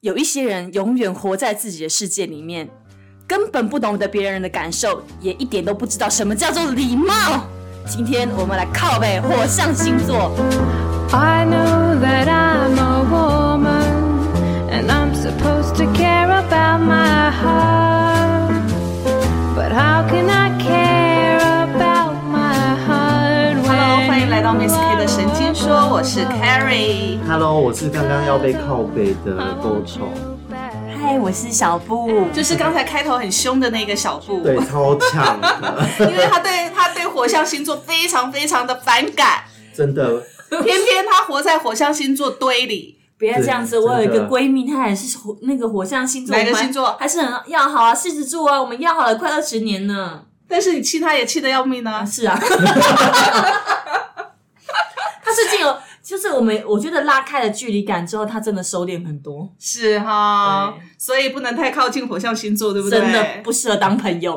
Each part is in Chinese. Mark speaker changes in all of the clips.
Speaker 1: 有一些人永远活在自己的世界里面，根本不懂得别人的感受，也一点都不知道什么叫做礼貌。今天我们来靠背火象星座，
Speaker 2: I know that I'm a woman and I'm supposed to care about my heart. But how can I care about my heart?
Speaker 3: Hello，
Speaker 2: when
Speaker 3: 欢迎来到 Miss K 的神经说，我是 Carrie。
Speaker 4: Hello，我是刚刚要被靠背的狗虫，
Speaker 1: 嗨，我是小布。
Speaker 3: 就是刚才开头很凶的那个小布，
Speaker 4: 对，超呛 的，
Speaker 3: 因为他对他对火象星座非常非常的反 感，
Speaker 4: 真的，
Speaker 3: 偏偏他活在火象星座堆里。
Speaker 5: 不要这样子，
Speaker 4: 对
Speaker 5: 我有一
Speaker 4: 真
Speaker 5: 个
Speaker 4: 的
Speaker 5: 闺蜜，她也是火那个火象星座，
Speaker 3: 哪个
Speaker 5: 我们
Speaker 3: 星座
Speaker 5: 还是很要好啊，狮子座啊，我们要好了快二十年呢。
Speaker 3: 但是你气他也气得要命
Speaker 5: 啊，
Speaker 3: 啊！
Speaker 5: 是啊，她最近有，就是我们我觉得拉开了距离感之后，她真的收敛很多，
Speaker 3: 是哈
Speaker 5: 对，
Speaker 3: 所以不能太靠近火象星座，对不对？
Speaker 5: 真的不适合当朋友。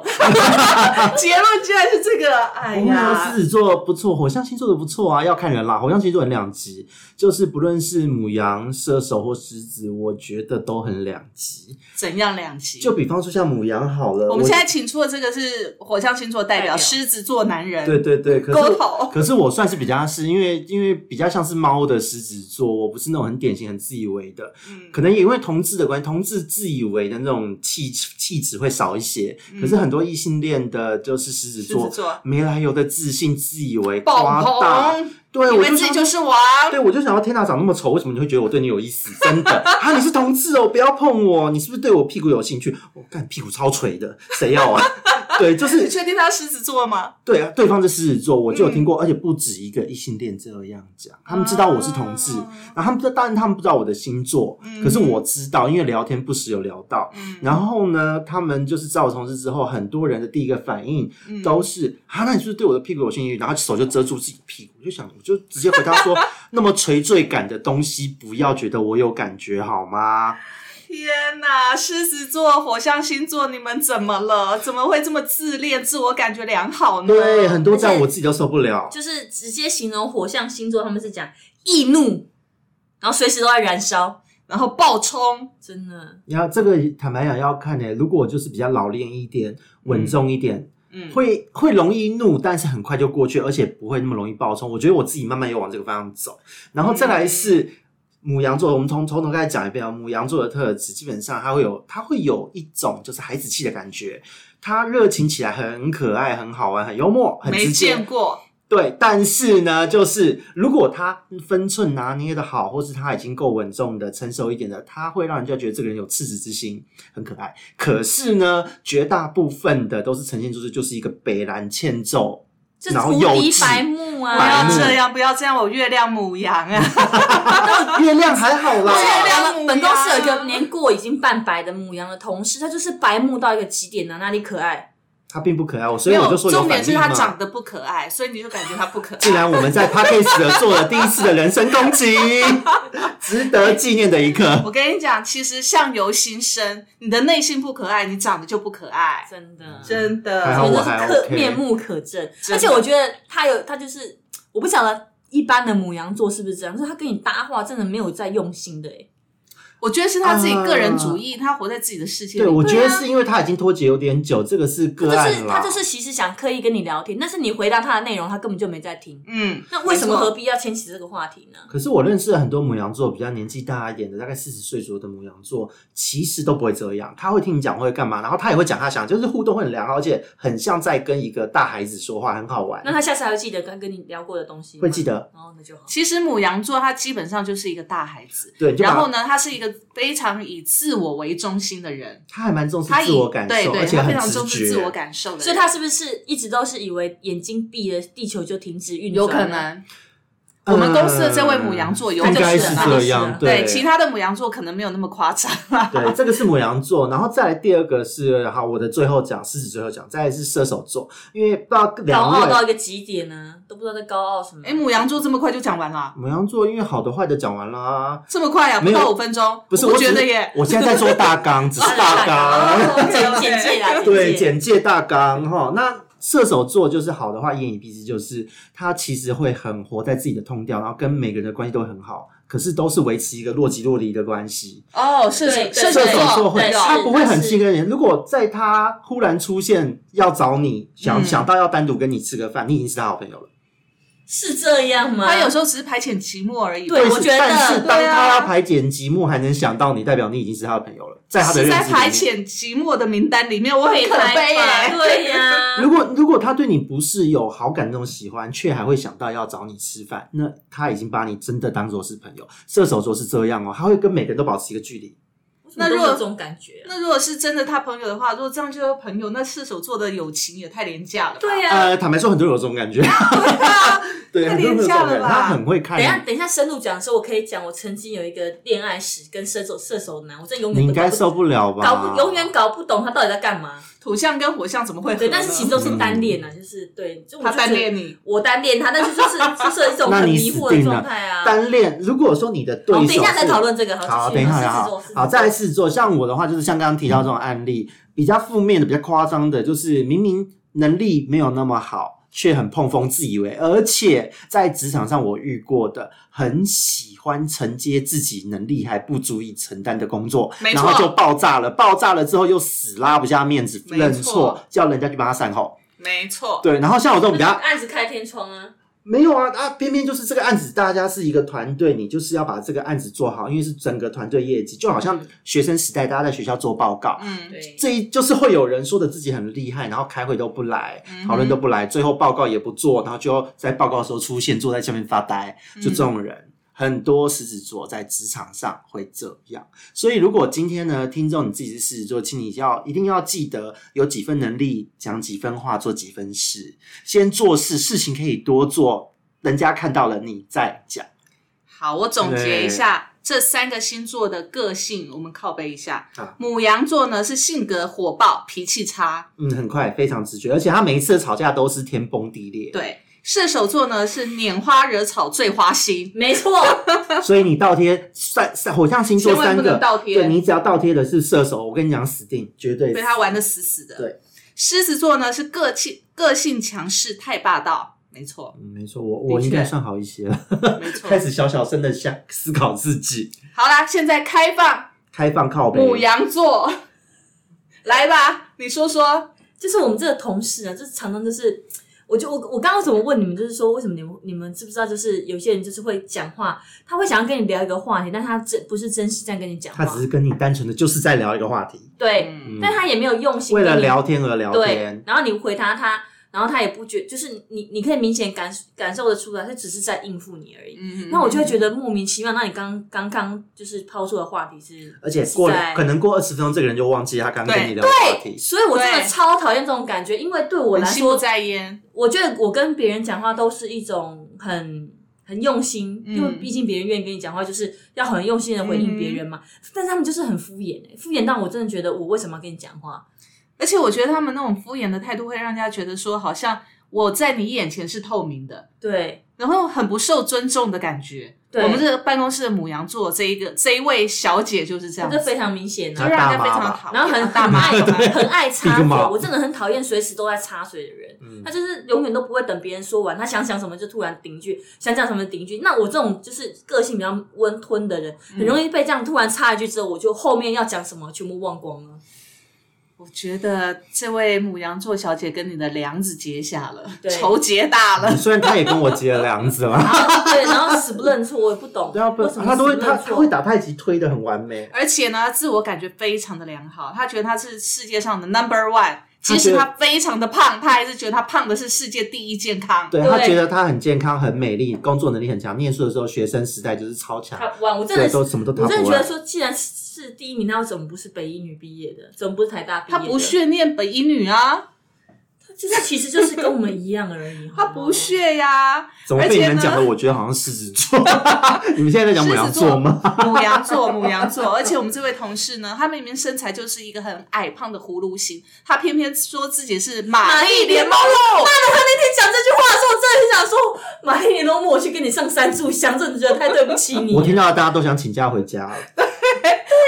Speaker 3: 结论居然是这个，哎
Speaker 4: 我们
Speaker 3: 呀
Speaker 4: 狮，子座不错，火象星座的不错啊，要看人啦。火象星座很两极，就是不论是母羊、射手或狮子，我觉得都很两极。
Speaker 3: 怎样两极？
Speaker 4: 就比方说像母羊好了，
Speaker 3: 我们现在请出的这个是火象星座代
Speaker 5: 代
Speaker 3: 表
Speaker 5: 表
Speaker 3: 狮子座男人，
Speaker 4: 对对对，可
Speaker 3: 沟
Speaker 4: 是
Speaker 3: 头。
Speaker 4: 可是我算是比较是因为因为比较像是猫的狮子座，我不是那种很典型、很自以为的，
Speaker 3: 嗯
Speaker 4: 可能也因为同志的关系，同志自以为的那种气气质会少一些。可是很多异性恋的，就是狮子
Speaker 3: 嗯狮
Speaker 4: 座，
Speaker 3: 子座
Speaker 4: 没来由的自信、自以为、夸
Speaker 3: 爆
Speaker 4: 大，
Speaker 3: 棚，
Speaker 4: 对
Speaker 3: 以
Speaker 4: 我
Speaker 3: 为
Speaker 4: 就
Speaker 3: 自己
Speaker 4: 想
Speaker 3: 就
Speaker 4: 说。
Speaker 3: 是王，
Speaker 4: 对，我就想要天哪，长那么丑，为什么你会觉得我对你有意思？真的啊，你是同志哦，不要碰我，你是不是对我屁股有兴趣？我、干屁股超垂 的，谁要啊？对，就是
Speaker 3: 你确定他狮子座吗？
Speaker 4: 对啊，对方是狮子座，我
Speaker 3: 嗯
Speaker 4: 就有听过，而且不止一个异性恋这样讲，他们知道我是同志，
Speaker 3: 嗯
Speaker 4: 然后他们知道当然他们不知道我的星座，
Speaker 5: 嗯
Speaker 4: 可是我知道，因为聊天不时有聊到。
Speaker 3: 嗯
Speaker 4: 然后呢，他们就是知道我同志之后，很多人的第一个反应
Speaker 5: 嗯
Speaker 4: 都是、啊，那你是不是对我的屁股有兴趣？然后手就遮住自己的屁股，我就想，我就直接回答说， 那么垂坠感的东西，不要觉得我有感觉好吗？
Speaker 3: 天哪，狮子座、火象星座，你们怎么了？怎么会这么自恋、自我感觉良好呢？
Speaker 4: 对，很多这
Speaker 5: 嗯而
Speaker 4: 样
Speaker 5: 且
Speaker 4: 我自己都受不了。
Speaker 5: 就是直接形容火象星座，他们是讲易怒，然后随时都在燃烧，
Speaker 3: 然后暴冲，
Speaker 5: 真的。
Speaker 4: 要这个坦白讲要看呢、如果我就是比较老练一点、稳重一点，
Speaker 3: 嗯，
Speaker 4: 会会容易怒，但是很快就过去，而且不会那么容易爆冲。我觉得我自己慢慢有往这个方向走，然后再来是。母羊座，我们从从头开始讲一遍啊。母羊座的特质，基本上它会有，它会有一种就是孩子气的感觉，它热情起来很可爱、很好玩、很幽默、很
Speaker 3: 没
Speaker 4: 直接。
Speaker 3: 见过，
Speaker 4: 对，但是呢，就是如果他分寸拿捏的好，或是他已经够稳重的、成熟一点的，他会让人家觉得这个人有赤子之心，很可爱。可是呢，绝大部分的都是呈现出就是一个北蓝欠揍，
Speaker 5: 就
Speaker 4: 然后
Speaker 5: 狐
Speaker 4: 幼
Speaker 5: 狸白
Speaker 4: 稚。
Speaker 5: 目
Speaker 3: 不
Speaker 5: 啊，
Speaker 4: 白
Speaker 3: 要
Speaker 4: 目
Speaker 3: 这样，不要这样，我月亮母羊啊，
Speaker 4: 月亮还好啦，
Speaker 3: 对
Speaker 5: 我们本公司有一个年过已经半百的母羊的同事，他就是白目到一个极点啊，哪里可爱？
Speaker 4: 他并不可爱，我所
Speaker 3: 没
Speaker 4: 以我
Speaker 3: 有，
Speaker 4: 就说
Speaker 3: 重
Speaker 4: 反
Speaker 3: 点是
Speaker 4: 应
Speaker 3: 他
Speaker 4: 嘛
Speaker 3: 长。得不可爱，所以你就感觉他不可爱。
Speaker 4: 竟然我们在 podcast 的做了第一次的人身 攻击，值得纪念的一
Speaker 5: 啊
Speaker 4: 刻。
Speaker 3: 我跟你讲，其实相由心生，你的内心不可爱，你长得就不可爱，
Speaker 5: 真的，
Speaker 3: 真
Speaker 4: 还
Speaker 3: 的。
Speaker 4: 好
Speaker 5: 我
Speaker 4: 嗯我
Speaker 5: 都是
Speaker 4: 还
Speaker 5: 可、
Speaker 4: OK
Speaker 5: 面目可憎。
Speaker 3: 真的
Speaker 5: 而且我觉得他有他就是，我不晓得一般的母羊座是不是这样，就是他跟你搭话真的没有在用心的、欸，
Speaker 3: 我觉得是他自己个人主义，他活在自己的世界
Speaker 4: 啊对，
Speaker 3: 里。
Speaker 4: 我觉得是因为他已经脱节有点久，这个是个
Speaker 5: 就
Speaker 4: 案
Speaker 5: 是
Speaker 4: 啦。
Speaker 5: 他就是其实想刻意跟你聊天，但是你回答他的内容，他根本就没在听。
Speaker 3: 嗯，
Speaker 5: 那为什么
Speaker 3: 没错
Speaker 5: 何必要牵起这个话题呢？
Speaker 4: 可是我认识了很多母羊座比较年纪大一点的，大概四十岁左右的母羊座，其实都不会这样。他会听你讲会干嘛，然后他也会讲他想，就是互动会很良好，而且很像在跟一个大孩子说话，很好玩
Speaker 5: 那。他下次还会记得刚跟你聊过的东西吗
Speaker 4: 会记得，
Speaker 5: 哦，那就好。
Speaker 3: 其实母羊座他基本上就是一个大孩子，
Speaker 4: 对，啊你就把
Speaker 3: 然后呢，他是一个非常以自我为中心的人，
Speaker 4: 他还蛮重视
Speaker 3: 他以
Speaker 4: 自我感受，
Speaker 3: 对对，
Speaker 4: 而且
Speaker 3: 他非
Speaker 4: 很
Speaker 3: 常
Speaker 4: 直
Speaker 3: 重视
Speaker 4: 觉。
Speaker 3: 自我感受的人，
Speaker 5: 所以他是不是一直都是以为眼睛闭了，地球就停止运转？
Speaker 3: 有可。能。我们公司的这位母羊座有
Speaker 4: 嗯应该
Speaker 3: 可
Speaker 4: 是
Speaker 3: 能啊
Speaker 4: 这样，
Speaker 3: 对，其他的母羊座可能没有那么夸张啊啦。
Speaker 4: 对，这个是母羊座，然后再来第二个是好，我的最后讲狮子最后讲，再来是射手座，因为不知道
Speaker 5: 高
Speaker 4: 两
Speaker 5: 傲
Speaker 4: 位
Speaker 5: 到一个极点呢、都不知道在高傲什么。
Speaker 3: 哎，母羊座这么快就讲完了，
Speaker 4: 母羊座，因为好的坏的讲完啦，
Speaker 3: 这么快啊，不
Speaker 4: 没有
Speaker 3: 到五分钟，
Speaker 4: 不是
Speaker 3: 我
Speaker 4: 我
Speaker 3: 不觉
Speaker 4: 只
Speaker 3: 得
Speaker 4: 是
Speaker 3: 耶。
Speaker 4: 我现在在做大纲，只是 大纲。
Speaker 5: 简
Speaker 3: OK，OK
Speaker 5: 哎简介啦，
Speaker 4: 对，
Speaker 5: 简介。
Speaker 4: 简介大纲哈。那射手座就是好的话，一言以蔽之就是他其实会很活在自己的痛调，然后跟每个人的关系都会很好。可可是都是维持一个若即若离的关系。
Speaker 3: 哦，射手
Speaker 5: 对
Speaker 3: 射
Speaker 4: 射
Speaker 3: 手
Speaker 4: 手座
Speaker 3: 座
Speaker 4: 会，
Speaker 5: 对
Speaker 4: 他
Speaker 5: 是
Speaker 4: 不会很
Speaker 5: 但是
Speaker 4: 亲跟人。如果在他忽然出现要找你，想、
Speaker 3: 嗯
Speaker 4: 想到要单独跟你吃个饭，你已经是他好朋友了。
Speaker 5: 是这样吗？
Speaker 3: 他有时候只是排遣寂寞而已。
Speaker 5: 对我
Speaker 4: 是
Speaker 5: 觉得
Speaker 4: 但是当
Speaker 3: 对
Speaker 4: 他
Speaker 3: 啊
Speaker 4: 要排解寂寞还能想到你，代表你已经是他的朋友了，在他
Speaker 3: 是
Speaker 4: 的认
Speaker 3: 在
Speaker 4: 知里
Speaker 3: 排
Speaker 4: 面。
Speaker 3: 遣寂寞的名单里面，我很可悲耶、
Speaker 5: 对呀、
Speaker 4: 如果如果他对你不是有好感那种喜欢，却还会想到要找你吃饭，那他已经把你真的当做是朋友。射手座是这样哦，他会跟每个人都保持一个距离。
Speaker 5: 那
Speaker 3: 如
Speaker 5: 如
Speaker 3: 果
Speaker 5: 果这种感觉啊、
Speaker 3: 那如果是真的他朋友的话，如果这样就叫朋友，那射手座的友情也太廉价了吧。
Speaker 5: 对呀、啊
Speaker 4: 呃，坦白说，很多人有这 种感觉，对，
Speaker 3: 太
Speaker 4: 很多人有
Speaker 3: 廉
Speaker 4: 这
Speaker 3: 价
Speaker 4: 种感
Speaker 3: 了
Speaker 4: 觉，
Speaker 3: 吧
Speaker 4: 他很会看
Speaker 5: 等一。下，等一下，深入讲的时候，我可以讲我曾经有一个恋爱史跟射手射手男，我真的永
Speaker 4: 你
Speaker 5: 远
Speaker 4: 应
Speaker 5: 都
Speaker 4: 该
Speaker 5: 搞
Speaker 4: 受
Speaker 5: 不
Speaker 4: 不了吧？
Speaker 5: 搞不永远搞不懂他到底在干嘛。
Speaker 3: 土象跟火象怎么会合 呢？
Speaker 5: 对，但是其实都是单恋啊，就是对，就我
Speaker 3: 他
Speaker 5: 就
Speaker 3: 单
Speaker 5: 觉得
Speaker 3: 恋你，
Speaker 5: 我单恋他，但是 就是就是一种
Speaker 4: 那
Speaker 5: 很
Speaker 4: 你
Speaker 5: 迷
Speaker 4: 死
Speaker 5: 惑的
Speaker 4: 定
Speaker 5: 状
Speaker 4: 了
Speaker 5: 态啊。
Speaker 4: 单恋，如果说你的对
Speaker 5: 好，
Speaker 4: 手
Speaker 5: 哦等
Speaker 4: 是，
Speaker 5: 一下再讨论这个，好，
Speaker 4: 好，
Speaker 5: 继
Speaker 4: 等
Speaker 5: 续
Speaker 4: 一下，啊
Speaker 5: 狮子
Speaker 4: 好
Speaker 5: 座，
Speaker 4: 好，再来
Speaker 5: 狮子
Speaker 4: 狮子座。像我的话，就是像刚刚提到这种案例，比较负面的、比较夸张的，就是明明能力没有那么好，却很碰风、自以为，而且在职场上我遇过的，很喜欢承接自己能力还不足以承担的工作，
Speaker 3: 没
Speaker 4: 然
Speaker 3: 错
Speaker 4: 后就爆炸了，爆炸了之后又死拉不下面子，
Speaker 3: 没错
Speaker 4: 认错，叫人家去帮他善后。
Speaker 3: 没错。
Speaker 4: 对，然后像我这
Speaker 5: 座
Speaker 4: 种比较
Speaker 5: 案子开天窗啊，
Speaker 4: 没有啊啊！偏偏就是这个案子，大家是一个团队，你就是要把这个案子做好，因为是整个团队业绩。就好像学生时代，大家在学校做报告，
Speaker 3: 嗯，
Speaker 5: 对，
Speaker 4: 这一就是会有人说的自己很厉害，然后开会都不来
Speaker 3: 嗯，哼
Speaker 4: 讨论都不来，最后报告也不做，然后就在报告的时候出现，坐在下面发呆，
Speaker 3: 嗯
Speaker 4: 就这种人。很多狮子座在职场上会这样，所以如果今天呢，听众你自己是狮子座，请你要一定要记得有几分能力，讲几分话，做几分事，先做事，事情可以多做，人家看到了你再讲。
Speaker 3: 好，我总结一下这三个星座的个性，我们靠背一下
Speaker 4: 啊。
Speaker 3: 母羊座呢是性格火爆、脾气差，
Speaker 4: 嗯，很快，非常直觉，而且他每一次的吵架都是天崩地裂。
Speaker 3: 对。射手座呢是拈花惹草最花心，
Speaker 5: 没错，
Speaker 4: 所以你倒贴三三火象星座
Speaker 3: 千万
Speaker 4: 三
Speaker 3: 不
Speaker 4: 个
Speaker 3: 能倒贴
Speaker 4: 对你只要倒贴的是射手，我跟你讲死定，绝对
Speaker 3: 被他玩的死死的。
Speaker 4: 对，
Speaker 3: 狮子座呢是个性个性强势、太霸道，没错，
Speaker 4: 嗯没错，我我
Speaker 3: 的确
Speaker 4: 应该算好一些
Speaker 5: 嗯
Speaker 4: 了，
Speaker 3: 没错
Speaker 4: 开。始小小声的想思考自己，
Speaker 3: 好啦，现在开放
Speaker 4: 开放靠背，
Speaker 3: 母羊座， 来吧，你说说。
Speaker 5: 就是我们这个同事啊，就是常常就是，我就我我刚刚怎么问你们，就是说为什么你们你们知不知道，就是有些人就是会讲话，他会想要跟你聊一个话题，但他真不是真实在跟你讲
Speaker 4: 他
Speaker 5: 话，
Speaker 4: 只是跟你单纯的就是在聊一个话题，
Speaker 5: 对，
Speaker 3: 嗯，
Speaker 5: 但他也没有用心
Speaker 4: 为
Speaker 5: 跟
Speaker 4: 了
Speaker 5: 你
Speaker 4: 聊天而聊
Speaker 5: 对
Speaker 4: 天，，
Speaker 5: 然后你回答他，然后他也不觉，就是你你可以明显感感受得出来，他只是在应付你而已。
Speaker 3: 嗯
Speaker 5: 那我就会觉得莫名其妙。那你刚刚刚就是抛出的话题是，
Speaker 4: 而且过
Speaker 5: 是
Speaker 4: 了
Speaker 5: 在
Speaker 4: 可能过二十分钟，这个人就忘记他刚刚跟你聊的话题，
Speaker 5: 所以我真的
Speaker 3: 对
Speaker 5: 超讨厌这种感觉，因为对我
Speaker 3: 很
Speaker 5: 来
Speaker 3: 心不
Speaker 5: 说，
Speaker 3: 在焉，
Speaker 5: 我觉得我跟别人讲话都是一种很很用心，
Speaker 3: 嗯
Speaker 5: 因为毕竟别人愿意跟你讲话，就是要很用心的回应别人
Speaker 3: 嗯
Speaker 5: 嘛。但是他们就是很敷衍、欸，敷衍到我真的觉得我为什么要跟你讲话？
Speaker 3: 而且我觉得他们那种敷衍的态度会让人家觉得说，好像我在你眼前是透明的，
Speaker 5: 对
Speaker 3: 然后很不受尊重的感觉。
Speaker 5: 对
Speaker 3: 我们这个办公室的母羊座这一个这一位小姐就是这样
Speaker 5: 这
Speaker 3: 子，
Speaker 5: 非常明显啊
Speaker 3: 就。让人家非常讨厌，啊
Speaker 5: 然后很
Speaker 3: 大
Speaker 5: 很
Speaker 3: 妈
Speaker 5: 爱
Speaker 3: 大妈
Speaker 5: 很爱
Speaker 4: 比
Speaker 5: 插
Speaker 4: 个
Speaker 5: 嘴，
Speaker 4: 毛
Speaker 5: 我真的很讨厌随时都在插嘴的人。
Speaker 4: 嗯
Speaker 5: 他就是永远都不会等别人说完，他想讲什么就突然顶一句，想讲什么顶一句。那我这种就是个性比较温吞的人，很容易被这样突然插一句之后，我就后面要讲什么全部忘光了。
Speaker 3: 我觉得这位母羊座小姐跟你的梁子结下了，
Speaker 5: 对
Speaker 3: 仇结大了。
Speaker 4: 嗯虽然他也跟我结了梁子
Speaker 5: 然
Speaker 4: 了，
Speaker 5: 后对，然后死不认错，我也不懂
Speaker 4: 对啊，不
Speaker 5: 为什么
Speaker 4: 他都会
Speaker 5: 死不
Speaker 4: 他
Speaker 5: 认
Speaker 4: 他会
Speaker 5: 错。
Speaker 4: 打太极推的很完美，
Speaker 3: 而且呢，自我感觉非常的良好，他觉得他是世界上的 number one，即使
Speaker 4: 觉得
Speaker 3: 他非常的胖，他还是觉得他胖的是世界第一健康。
Speaker 4: 对
Speaker 5: 对
Speaker 4: 他觉得他很健康、很美丽，工作能力很强，念书的时候学生时代就是超强，
Speaker 5: 他哇，我真
Speaker 4: 对，
Speaker 5: 的
Speaker 4: 都
Speaker 5: 是，
Speaker 4: 什么都
Speaker 5: 我
Speaker 4: 他
Speaker 5: 真的
Speaker 4: 不
Speaker 5: 觉
Speaker 4: 来
Speaker 5: 得。说，既然是第一名，那我怎么不是北一女毕业的？怎么不是台大毕业
Speaker 3: 他
Speaker 5: 的？
Speaker 3: 不，屑念北一女啊，
Speaker 5: 就是其实就是跟我们一样而已。
Speaker 3: 他
Speaker 5: 好吗
Speaker 3: 不屑呀、
Speaker 4: 怎么被你们讲的？我觉得好像狮子座， 你们现在在讲母羊座吗？
Speaker 3: 母羊座，母羊座，而且我们这位同事呢，他明明身材就是一个很矮胖的葫芦形，他偏偏说自己是玛丽莲梦露。
Speaker 5: 他那天讲这句话的时候，我真的很想说，玛丽莲梦露，我去跟你上三炷香，真的觉得太对不起你。
Speaker 4: 我听到大家都想请假回家了。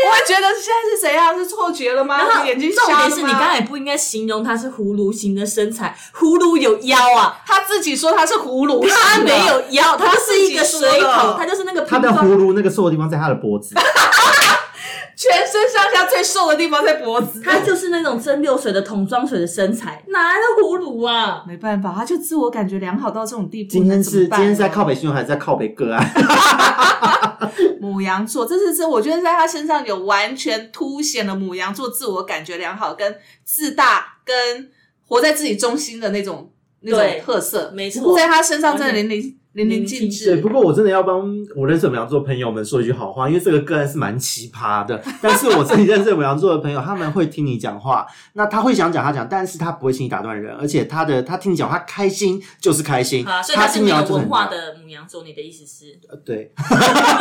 Speaker 3: 我会觉得现在是怎样？是错觉了吗？
Speaker 5: 然后
Speaker 3: 我眼睛瞎
Speaker 5: 重
Speaker 3: 了吗
Speaker 5: 点是你刚才也不应该形容她是葫芦形的身材，葫芦有腰啊，
Speaker 3: 他自己说他是葫芦型的，
Speaker 5: 她没有腰，她是一个水
Speaker 3: 自己说
Speaker 5: 口
Speaker 3: 的，
Speaker 5: 她就是那个
Speaker 4: 他
Speaker 5: 平
Speaker 4: 的
Speaker 5: 方
Speaker 4: 葫芦那个瘦的地方在他的脖子，
Speaker 3: 全身上下最瘦的地方在脖子。
Speaker 5: 他就是那种蒸馏水的桶装水的身材，哪来的葫芦啊？
Speaker 3: 没办法，他就自我感觉良好到这种地步。
Speaker 4: 今天
Speaker 3: 那
Speaker 4: 是
Speaker 3: 怎么
Speaker 4: 今
Speaker 3: 办
Speaker 4: 天是在靠北新闻还是在靠北个案？
Speaker 3: 母羊座，这是这，我觉得在他身上有完全凸显了母羊座自我感觉良好、跟自大、跟活在自己中心的那种那种
Speaker 5: 对
Speaker 3: 特色。
Speaker 5: 没错
Speaker 3: 不过在他身上真的淋漓淋漓尽
Speaker 4: 对，
Speaker 3: 致。
Speaker 4: 不过我真的要帮我认识的母羊座朋友们说一句好话，因为这个个案是蛮奇葩的。但是我自己认识的母羊座的朋友，他们会听你讲话，那他会想讲他讲，但是他不会轻易打断人，而且他的他听你讲话，他开心就是开心，
Speaker 5: 啊，所以
Speaker 4: 他
Speaker 5: 他是
Speaker 4: 听你
Speaker 5: 没有
Speaker 4: 讲就是
Speaker 5: 文
Speaker 4: 很
Speaker 5: 化的母羊座，你的意思是？
Speaker 4: 呃 对，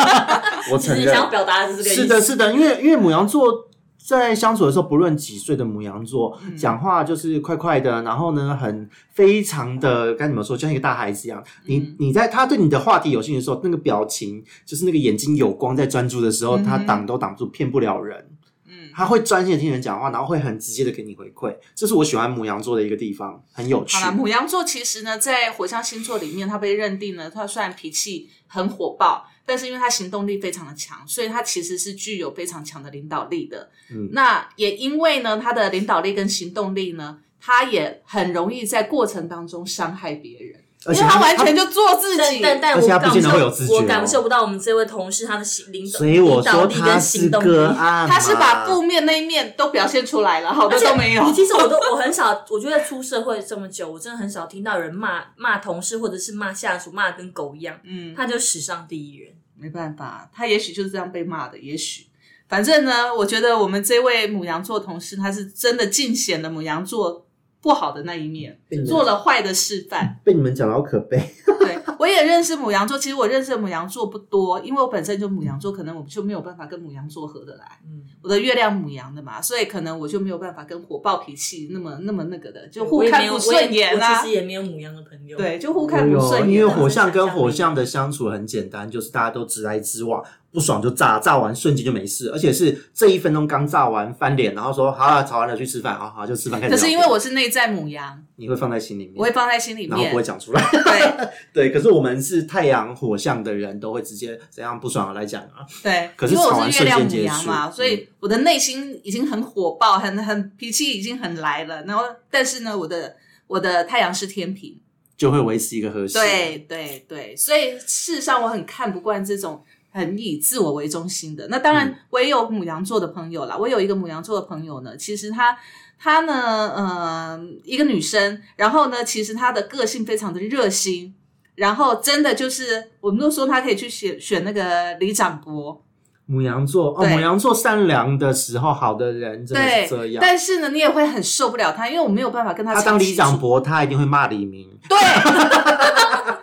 Speaker 4: 我
Speaker 5: 其实
Speaker 4: 承
Speaker 5: 你
Speaker 4: 认
Speaker 5: 想要表达的是这个意思。
Speaker 4: 是的，是的，因为因为母羊座。在相处的时候，不论几岁的母羊座，
Speaker 3: 嗯
Speaker 4: 讲话就是快快的，然后呢，很非常的该怎么说，就像一个大孩子一样。你
Speaker 3: 嗯
Speaker 4: 你在他对你的话题有兴趣的时候，那个表情就是那个眼睛有光在专注的时候，
Speaker 3: 嗯哼
Speaker 4: 他挡都挡不住，骗不了人。
Speaker 3: 嗯，
Speaker 4: 他会专心的听人讲话，然后会很直接的给你回馈，这是我喜欢母羊座的一个地方，很有趣
Speaker 3: 好。啦，母羊座其实呢，在火象星座里面，它被认定呢，它虽然脾气很火爆，但是因为它行动力非常的强，所以它其实是具有非常强的领导力的。
Speaker 4: 嗯
Speaker 3: 那也因为呢，它的领导力跟行动力呢，它也很容易在过程当中伤害别人，
Speaker 4: 而
Speaker 3: 因
Speaker 4: 且
Speaker 3: 为它完
Speaker 4: 他啊
Speaker 3: 全就做自
Speaker 5: 但
Speaker 3: 己。
Speaker 5: 但但
Speaker 4: 而且
Speaker 5: 我
Speaker 4: 他不
Speaker 5: 感
Speaker 4: 见得会有
Speaker 5: 受
Speaker 4: 自觉哦
Speaker 5: 我感受不到我们这位同事他的行领导
Speaker 4: 所以我
Speaker 5: 领导
Speaker 4: 说
Speaker 5: 力
Speaker 4: 他
Speaker 5: 跟
Speaker 4: 是
Speaker 5: 行动
Speaker 4: 个啊
Speaker 5: 力。
Speaker 4: 案嘛，
Speaker 3: 它是把负面那一面都表现出来了，好的都没 有。
Speaker 5: 其实我都我很少，我觉得出社会这么久，我真的很少听到有人骂骂同事或者是骂下属骂的跟狗一样，
Speaker 3: 嗯，
Speaker 5: 他就史上第一人。
Speaker 3: 没办法，他也许就是这样被骂的，也许。反正呢，我觉得我们这位母羊座同事，他是真的尽显了母羊座不好的那一面，
Speaker 4: 被你们
Speaker 3: 做了坏的示范。
Speaker 4: 被你们讲到可悲。
Speaker 3: 对我也认识母羊座，其实我认识的母羊座不多，因为我本身就母羊座，可能我就没有办法跟母羊座合得来。
Speaker 5: 嗯，
Speaker 3: 我的月亮母羊的嘛，所以可能我就没有办法跟火爆脾气那么那么那个的，就
Speaker 5: 我
Speaker 3: 互
Speaker 5: 也没
Speaker 3: 看
Speaker 5: 有，
Speaker 3: 不
Speaker 5: 我也
Speaker 3: 顺眼
Speaker 5: 我
Speaker 3: 啊
Speaker 5: 其。实也没有母羊的朋友。，
Speaker 3: 对，就互看不
Speaker 4: 有，
Speaker 3: 顺
Speaker 4: 因
Speaker 3: 眼
Speaker 4: 为
Speaker 3: 啊、
Speaker 4: 火象跟火象的相处很简单，就是大家都直来直往，不爽就炸，炸完瞬间就没事，而且是这一分钟刚炸完翻脸，然后说好了，吵完了去吃饭，好啊好就吃饭。开始
Speaker 3: 可是
Speaker 4: 聊
Speaker 3: 因
Speaker 4: 天
Speaker 3: 为我是内在母羊，
Speaker 4: 你会放在心里面，
Speaker 3: 我会放在心里
Speaker 4: 然后
Speaker 3: 面。
Speaker 4: 不会讲出来。
Speaker 3: 对，
Speaker 4: 对，可是我们是太阳火象的人，都会直接怎样不爽了来讲啊。
Speaker 3: 对，
Speaker 4: 可是
Speaker 3: 因为
Speaker 4: 吵
Speaker 3: 我
Speaker 4: 完
Speaker 3: 是月亮
Speaker 4: 瞬
Speaker 3: 母
Speaker 4: 间结
Speaker 3: 羊
Speaker 4: 束嗯
Speaker 3: 嘛，所以我的内心已经很火爆，很很脾气已经很来了。然后，但是呢，我的我的太阳是天平，
Speaker 4: 就会维持一个和谐。
Speaker 3: 对对对，所以事实上我很看不惯这种很以自我为中心的。那当然
Speaker 4: 嗯，
Speaker 3: 我也有母羊座的朋友啦，我有一个母羊座的朋友呢，其实她她呢，呃，一个女生，然后呢，其实她的个性非常的热心。然后真的就是，我们都说她可以去选选那个里长伯，
Speaker 4: 母羊座哦，
Speaker 3: 对
Speaker 4: 母羊座善良的时候，好的人真的
Speaker 3: 对，
Speaker 4: 是这样。
Speaker 3: 但是呢，你也会很受不了他，因为我没有办法跟他
Speaker 4: 他当
Speaker 3: 长期
Speaker 4: 里长
Speaker 3: 处
Speaker 4: 伯，他一定会骂李明。
Speaker 3: 对。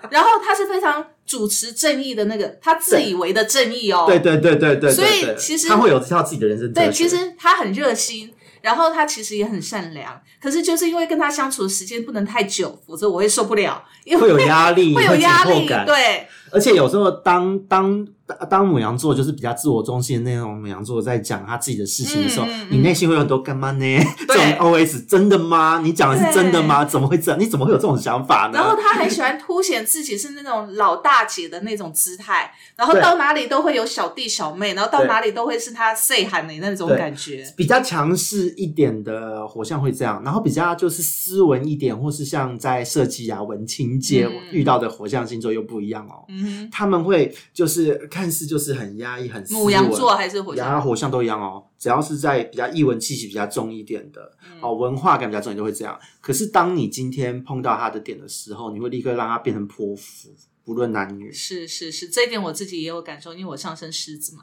Speaker 3: 然后他是非常主持正义的那个，他自以为的正义哦。
Speaker 4: 对对对对对对
Speaker 3: 所以
Speaker 4: 对
Speaker 3: 其实
Speaker 4: 他会有一套自己的人生哲学。
Speaker 3: 对，其实他很热心，然后他其实也很善良，可是就是因为跟他相处的时间不能太久，否则我会受不了，因
Speaker 4: 会
Speaker 3: 为
Speaker 4: 有压力，
Speaker 3: 会有压
Speaker 4: 紧
Speaker 3: 力
Speaker 4: 迫。感。
Speaker 3: 对，
Speaker 4: 而且有时候当当当母羊座就是比较自我中心的那种母羊座，在讲他自己的事情的时候，
Speaker 3: 嗯嗯嗯
Speaker 4: 你内心会有很多干嘛呢？ 这种 OS 真的吗？你讲的是真的吗？怎么会这样？你怎么会有这种想法呢？
Speaker 3: 然后他很喜欢凸显自己是那种老大姐的那种姿态，然后
Speaker 4: 对
Speaker 3: 到哪里都会有小弟小妹，然后到
Speaker 4: 对
Speaker 3: 哪里都会是他 say 喊的那种
Speaker 4: 对
Speaker 3: 感觉。
Speaker 4: 比较强势一点的火象会这样，然后比较就是斯文一点，或是像在设计啊、文青界、
Speaker 3: 嗯
Speaker 4: 遇到的火象星座又不一样哦。
Speaker 3: 嗯
Speaker 4: 他们会就是看似就是很压抑、很斯
Speaker 3: 哼，
Speaker 4: 文
Speaker 3: 母羊座还是火
Speaker 4: 然后
Speaker 3: 象？，
Speaker 4: 火象都一样哦，只要是在比较艺文气息比较重一点的，哦，文化感比较重，你就会这样。可是当你今天碰到他的点的时候，你会立刻让他变成泼妇，不论男 女
Speaker 3: 是是是，这一点我自己也有感受，因为我上身狮子嘛，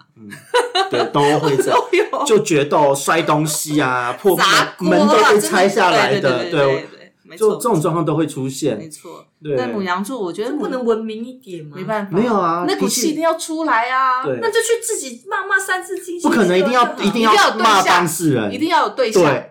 Speaker 4: 对，都 会这样。
Speaker 3: 都有
Speaker 4: 就决斗、摔东西啊，破
Speaker 3: 砸锅
Speaker 4: 门
Speaker 3: 啊
Speaker 4: 门都
Speaker 3: 真的
Speaker 4: 被拆下来的，
Speaker 3: 对对对对对对没
Speaker 4: 就这
Speaker 3: 错
Speaker 4: 种状况都会出
Speaker 3: 没
Speaker 4: 现。
Speaker 3: 错。
Speaker 4: 对
Speaker 3: 但母羊座，我觉得
Speaker 5: 这不
Speaker 3: 母
Speaker 5: 能文明一点吗？
Speaker 3: 没办法，
Speaker 4: 没有啊
Speaker 3: 那股
Speaker 4: 脾气
Speaker 3: 气一定要出来啊，
Speaker 4: 对
Speaker 5: 那就去自己骂骂三字经。
Speaker 4: 不可能一定要
Speaker 5: 就好
Speaker 4: 一定
Speaker 3: 一定要
Speaker 4: 要
Speaker 3: 有对
Speaker 4: 骂
Speaker 3: 象
Speaker 4: 当事人，
Speaker 3: 一定要有对象，
Speaker 4: 对，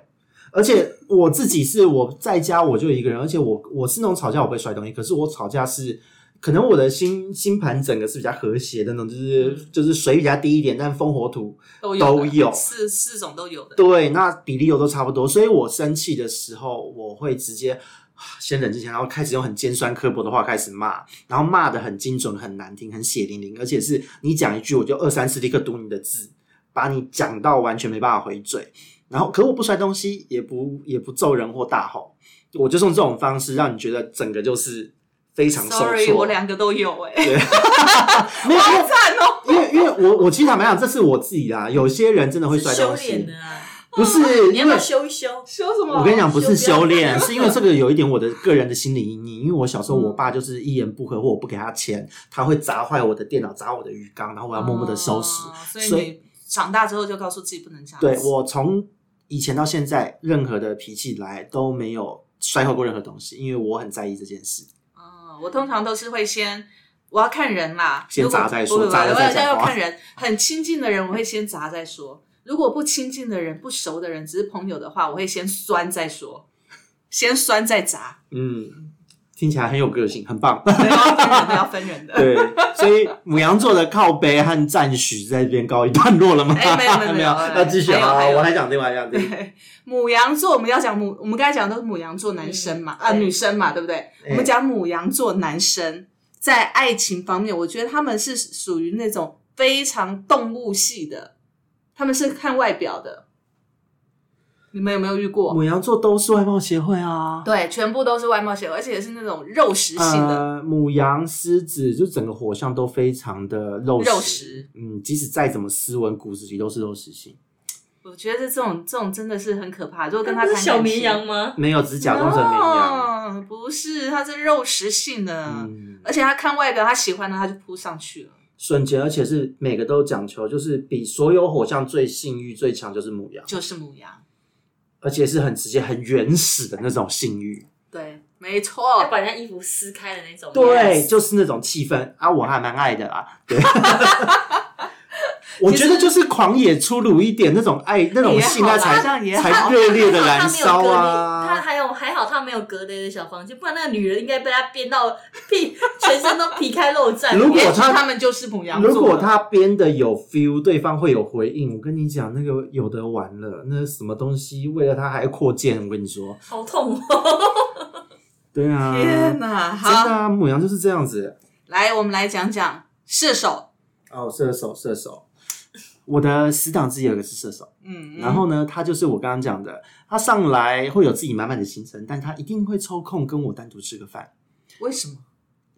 Speaker 4: 而且我自己是我在家我就一个人，而且我我是那种吵架我不会摔东西，可是我吵架是可能我的星星盘整个是比较和谐的那种，就是
Speaker 3: 嗯
Speaker 4: 就是水比较低一点，但风火土
Speaker 3: 都有
Speaker 4: 都
Speaker 3: 的
Speaker 4: 有
Speaker 3: 四四种都有的。
Speaker 4: 对，那比例有都差不多，所以我生气的时候，我会直接啊先冷静下来，然后开始用很尖酸刻薄的话开始骂，然后骂的很精准、很难听、很血淋淋，而且是你讲一句，我就二三四立刻读你的字，把你讲到完全没办法回嘴。然后，可我不摔东西，也不也不揍人或大吼，我就是用这种方式让你觉得整个就是非常受挫。
Speaker 3: Sorry，我两个都有哎、
Speaker 4: 对，没有，
Speaker 3: 好惨哦！
Speaker 4: 因为因为因为我我其实坦白讲，这是我自己啦。有些人真的会
Speaker 5: 是
Speaker 4: 摔
Speaker 5: 修
Speaker 4: 东西
Speaker 5: 炼，的啊，
Speaker 4: 不是
Speaker 5: 你
Speaker 4: 因
Speaker 5: 要不
Speaker 4: 为
Speaker 5: 要修一修？
Speaker 3: 说什么？
Speaker 4: 我跟你讲，不是修 炼，
Speaker 5: 修
Speaker 4: 是因为这个有一点我的个人的心理阴影。因为我小时候，
Speaker 3: 嗯
Speaker 4: 我爸就是一言不合或我不给他钱，他会砸坏我的电脑，砸我的鱼缸，然后我要默默的收拾。
Speaker 3: 哦所
Speaker 4: 所
Speaker 3: 以你长大之后就告诉自己不能这样。
Speaker 4: 对，我从以前到现在，任何的脾气来都没有摔坏过任何东西，因为我很在意这件事。
Speaker 3: 嗯，我通常都是会先。我要看人啦，
Speaker 4: 先
Speaker 3: 如果
Speaker 4: 砸再说
Speaker 3: 不不不
Speaker 4: 砸了
Speaker 3: 我
Speaker 4: 再
Speaker 3: 要
Speaker 4: 讲
Speaker 3: 要
Speaker 4: 话
Speaker 3: 看人，很亲近的人我会先砸再说。如果不亲近的人、不熟的人，只是朋友的话，我会先酸再说，先酸再砸，
Speaker 4: 嗯，听起来很有个性，很棒。
Speaker 3: 不要分人的，要分人的。
Speaker 4: 对， 所以母羊座的靠背和赞许在这边告一段落了吗？
Speaker 3: 哎没有没有没有
Speaker 4: 要继续
Speaker 3: 还有
Speaker 4: 好，
Speaker 3: 还有
Speaker 4: 我来讲另外一样。对
Speaker 3: 对，母羊座，我们要讲母，我们刚才讲的都是母羊座男生嘛，啊、
Speaker 5: 嗯对
Speaker 3: 女生嘛，对不对？我们讲母羊座男生在爱情方面，我觉得他们是属于那种非常动物系的，他们是看外表的。你们有没有遇过？
Speaker 4: 母羊座都是外貌协会啊。
Speaker 3: 对，全部都是外貌协会，而且是那种肉食性的。
Speaker 4: 呃，母羊、狮子，就整个火象都非常的呃肉食。
Speaker 3: 肉食
Speaker 4: 嗯，即使再怎么斯文，骨子里都是肉食性。
Speaker 3: 我觉得这种这种真的是很可怕。如果跟他
Speaker 5: 不
Speaker 3: 谈
Speaker 5: 是小
Speaker 3: 感情
Speaker 5: 绵羊吗？
Speaker 4: 没有，只是假装成绵羊。
Speaker 3: 哦不是，他是肉食性的，
Speaker 4: 嗯，
Speaker 3: 而且他看外表，他喜欢的他就扑上去了。
Speaker 4: 瞬间，而且是每个都讲求，就是比所有火象最性欲最强就是母羊，
Speaker 3: 就是母羊。
Speaker 4: 而且是很直接、很原始的那种性欲。
Speaker 3: 对，没
Speaker 5: 要
Speaker 4: 哎
Speaker 3: 错。
Speaker 5: 把人家衣服撕开的那种。
Speaker 4: 对，就是那种气氛啊，我还蛮爱的啊。 对，我觉得就是狂野粗鲁一点那种爱，那种性爱才
Speaker 3: 也好啦这样也好
Speaker 4: 才热烈的
Speaker 5: 他
Speaker 4: 燃
Speaker 5: 没有
Speaker 4: 烧
Speaker 5: 隔
Speaker 4: 啊。
Speaker 5: 离，他还有还好，他没有隔离的小房间，不然那个女人应该被他鞭到屁，全身都皮开肉绽。
Speaker 4: 如果
Speaker 3: 也许
Speaker 4: 他
Speaker 3: 他们就是母羊座。
Speaker 4: 如果他编的有 feel，对方会有回应。我跟你讲，那个有的玩了，那什么东西为了他还扩建，我跟你说，
Speaker 5: 好痛哦！
Speaker 4: 对啊，
Speaker 3: 天
Speaker 4: 真
Speaker 3: 哪，
Speaker 4: 的
Speaker 3: 好，
Speaker 4: 啊，母羊就是这样子。
Speaker 3: 来，我们来讲讲射手。
Speaker 4: 哦，射手，射手，我的死党之一有一个是射手，
Speaker 3: 嗯，
Speaker 4: 然后呢，他就是我刚刚讲的，他上来会有自己满满的行程，但他一定会抽空跟我单独吃个饭，
Speaker 3: 嗯为什么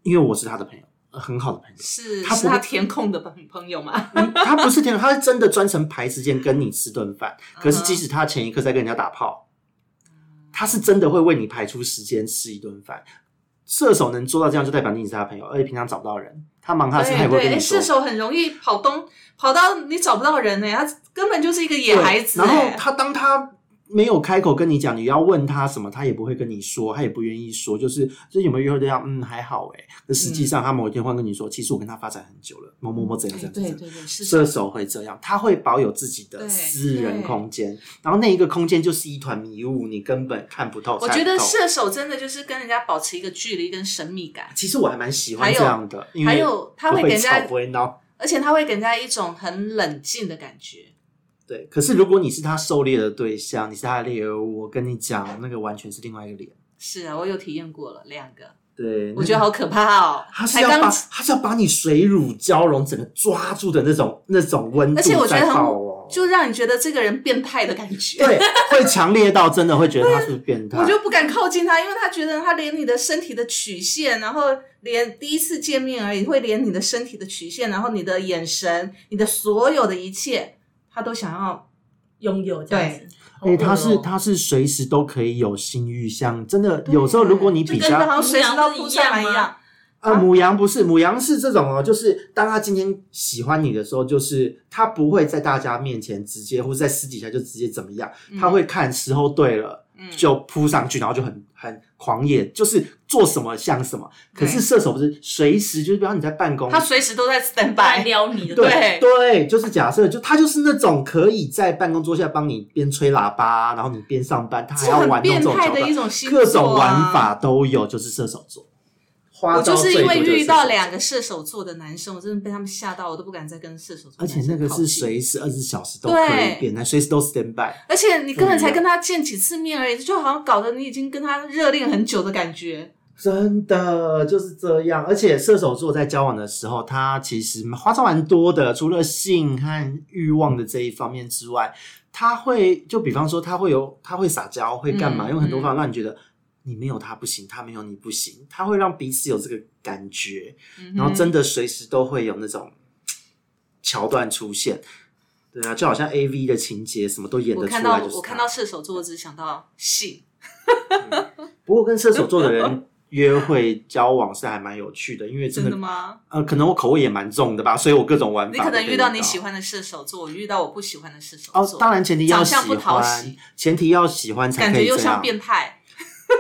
Speaker 4: 因为我是他的朋友，呃很好的朋友。
Speaker 3: 是
Speaker 4: 他不
Speaker 3: 是他填空的朋朋友吗？
Speaker 4: 嗯 他不是天，他是真的专程排时间跟你吃顿饭。
Speaker 3: 嗯
Speaker 4: 可是即使他前一刻在跟人家打炮，他是真的会为你排出时间吃一顿饭。射手能做到这样，就代表你是他的朋友，而且平常找不到人，他忙他的事，他也
Speaker 3: 对
Speaker 4: 不会
Speaker 3: 对，
Speaker 4: 跟
Speaker 3: 哎
Speaker 4: 你说。
Speaker 3: 射手很容易跑东跑到你找不到人呢，他根本就是一个野
Speaker 4: 对
Speaker 3: 孩子。
Speaker 4: 然后
Speaker 3: 哎
Speaker 4: 他当他没有开口跟你讲，你要问他什么，他也不会跟你说，他也不愿意说，就是这有没有约会对象？嗯，还好哎、可实际上，他某一天会跟你说，其实我跟他发展很久了，某某某怎样
Speaker 3: 嗯哎
Speaker 4: 怎
Speaker 3: 对
Speaker 4: 样怎样。
Speaker 3: 对对，是
Speaker 4: 射手会这样，他会保有自己的
Speaker 3: 对
Speaker 4: 私人空间，然后那一个空间就是一团迷雾，你根本看不透。
Speaker 3: 我
Speaker 4: 猜
Speaker 3: 觉
Speaker 4: 不
Speaker 3: 得
Speaker 4: 透，
Speaker 3: 射手真的就是跟人家保持一个距离跟神秘感，
Speaker 4: 其实我还蛮喜
Speaker 3: 还
Speaker 4: 欢
Speaker 3: 有
Speaker 4: 这样的，因为
Speaker 3: 还有他
Speaker 4: 不
Speaker 3: 会
Speaker 4: 会
Speaker 3: 给人家
Speaker 4: 吵不会闹。
Speaker 3: 而且他会给人家一种很冷静的感觉。
Speaker 4: 对，可是如果你是他狩猎的对象，你是他的猎物，我跟你讲，那个完全是另外一个脸。
Speaker 3: 是啊，我有体验过了两个，
Speaker 4: 对，
Speaker 3: 我觉得好可怕哦！
Speaker 4: 他嗯是
Speaker 3: 才
Speaker 4: 要把
Speaker 3: 刚，
Speaker 4: 他是要把你水乳交融整个抓住的那种那种温
Speaker 3: 而且
Speaker 4: 度
Speaker 3: 我觉
Speaker 4: 在
Speaker 3: 得很
Speaker 4: 爆哦，
Speaker 3: 就让你觉得这个人变态的感觉。
Speaker 4: 对，啊会强烈到真的会觉得他是不是变态
Speaker 3: 我。就不敢靠近他，因为他觉得他连你的身体的曲线，然后连第一次见面而已，会连你的身体的曲线，然后你的眼神，你的所有的一切，他都想要。
Speaker 5: 拥有这样子，好
Speaker 4: 哎，
Speaker 5: 恶哦
Speaker 4: 他是他是随时都可以有性欲像，真的有时候如果你
Speaker 3: 就
Speaker 4: 比
Speaker 3: 跟
Speaker 4: 较
Speaker 3: 好像随时都扑上来
Speaker 5: 母羊不是一样
Speaker 3: 一
Speaker 5: 吗
Speaker 3: 样。
Speaker 4: 啊，母羊不是母羊是这种哦，就是当他今天喜欢你的时候，就是他不会在大家面前直接或者在私底下就直接怎么样，他会看时候对了。
Speaker 3: 嗯
Speaker 4: 就扑上去，然后就很很狂野，就是做什么像什么。可是射手不是随时就是，比方你在办公，
Speaker 3: 他随时都在 stand
Speaker 5: 来
Speaker 3: by。
Speaker 5: 撩你的，
Speaker 4: 对
Speaker 3: 对
Speaker 4: 对，就是假设就他就是那种可以在办公桌下帮你边吹喇叭，然后你边上班，他还
Speaker 3: 是
Speaker 4: 要
Speaker 3: 很
Speaker 4: 玩弄这
Speaker 3: 变
Speaker 4: 种
Speaker 3: 态
Speaker 4: 手
Speaker 3: 的
Speaker 4: 段
Speaker 3: 一，种星座、啊，
Speaker 4: 各种玩法都有，就是射手座。花
Speaker 3: 我
Speaker 4: 招
Speaker 3: 就是因
Speaker 4: 最多
Speaker 3: 为
Speaker 4: 就是
Speaker 3: 遇到
Speaker 4: 射手
Speaker 3: 两个射手座的男生，我真的被他们吓到，我都不敢再跟射手座。
Speaker 4: 而且那个是？随时二十四小时都可
Speaker 3: 对
Speaker 4: 以变，那随时都 stand by。
Speaker 3: 而且你根本才
Speaker 4: 嗯
Speaker 3: 跟他见几次面而已，就好像搞得你已经跟他热恋很久的感觉。
Speaker 4: 真的就是这样，而且射手座在交往的时候，他其实花招蛮多的，除了性和欲望的这一方面之外，他会就比方说他会有他会撒娇，会干嘛，
Speaker 3: 嗯
Speaker 4: 用很多方法让你觉得你没有他不行，他没有你不行，他会让彼此有这个感觉，
Speaker 3: 嗯
Speaker 4: 然后真的随时都会有那种嘖桥段出现。对啊，就好像 A V 的情节，什么都演
Speaker 3: 我
Speaker 4: 得出
Speaker 3: 看到
Speaker 4: 来。就是
Speaker 3: 我看
Speaker 4: 他
Speaker 3: 到射手座，我只想到性。
Speaker 4: 不过跟射手座 的人约会交往是还蛮有趣的，因为真
Speaker 3: 真
Speaker 4: 的
Speaker 3: 的吗？
Speaker 4: 呃，可能我口味也蛮重的吧，所以我各种玩法。
Speaker 3: 你可能遇到你喜。欢的射手座，我遇到我不喜欢的射手
Speaker 4: 哦
Speaker 3: 座，，
Speaker 4: 当然前提要喜
Speaker 3: 长相不讨
Speaker 4: 欢
Speaker 3: 喜，
Speaker 4: 前提要喜欢才
Speaker 3: 感
Speaker 4: 可
Speaker 3: 觉
Speaker 4: 以这
Speaker 3: 又
Speaker 4: 样。
Speaker 3: 像变态。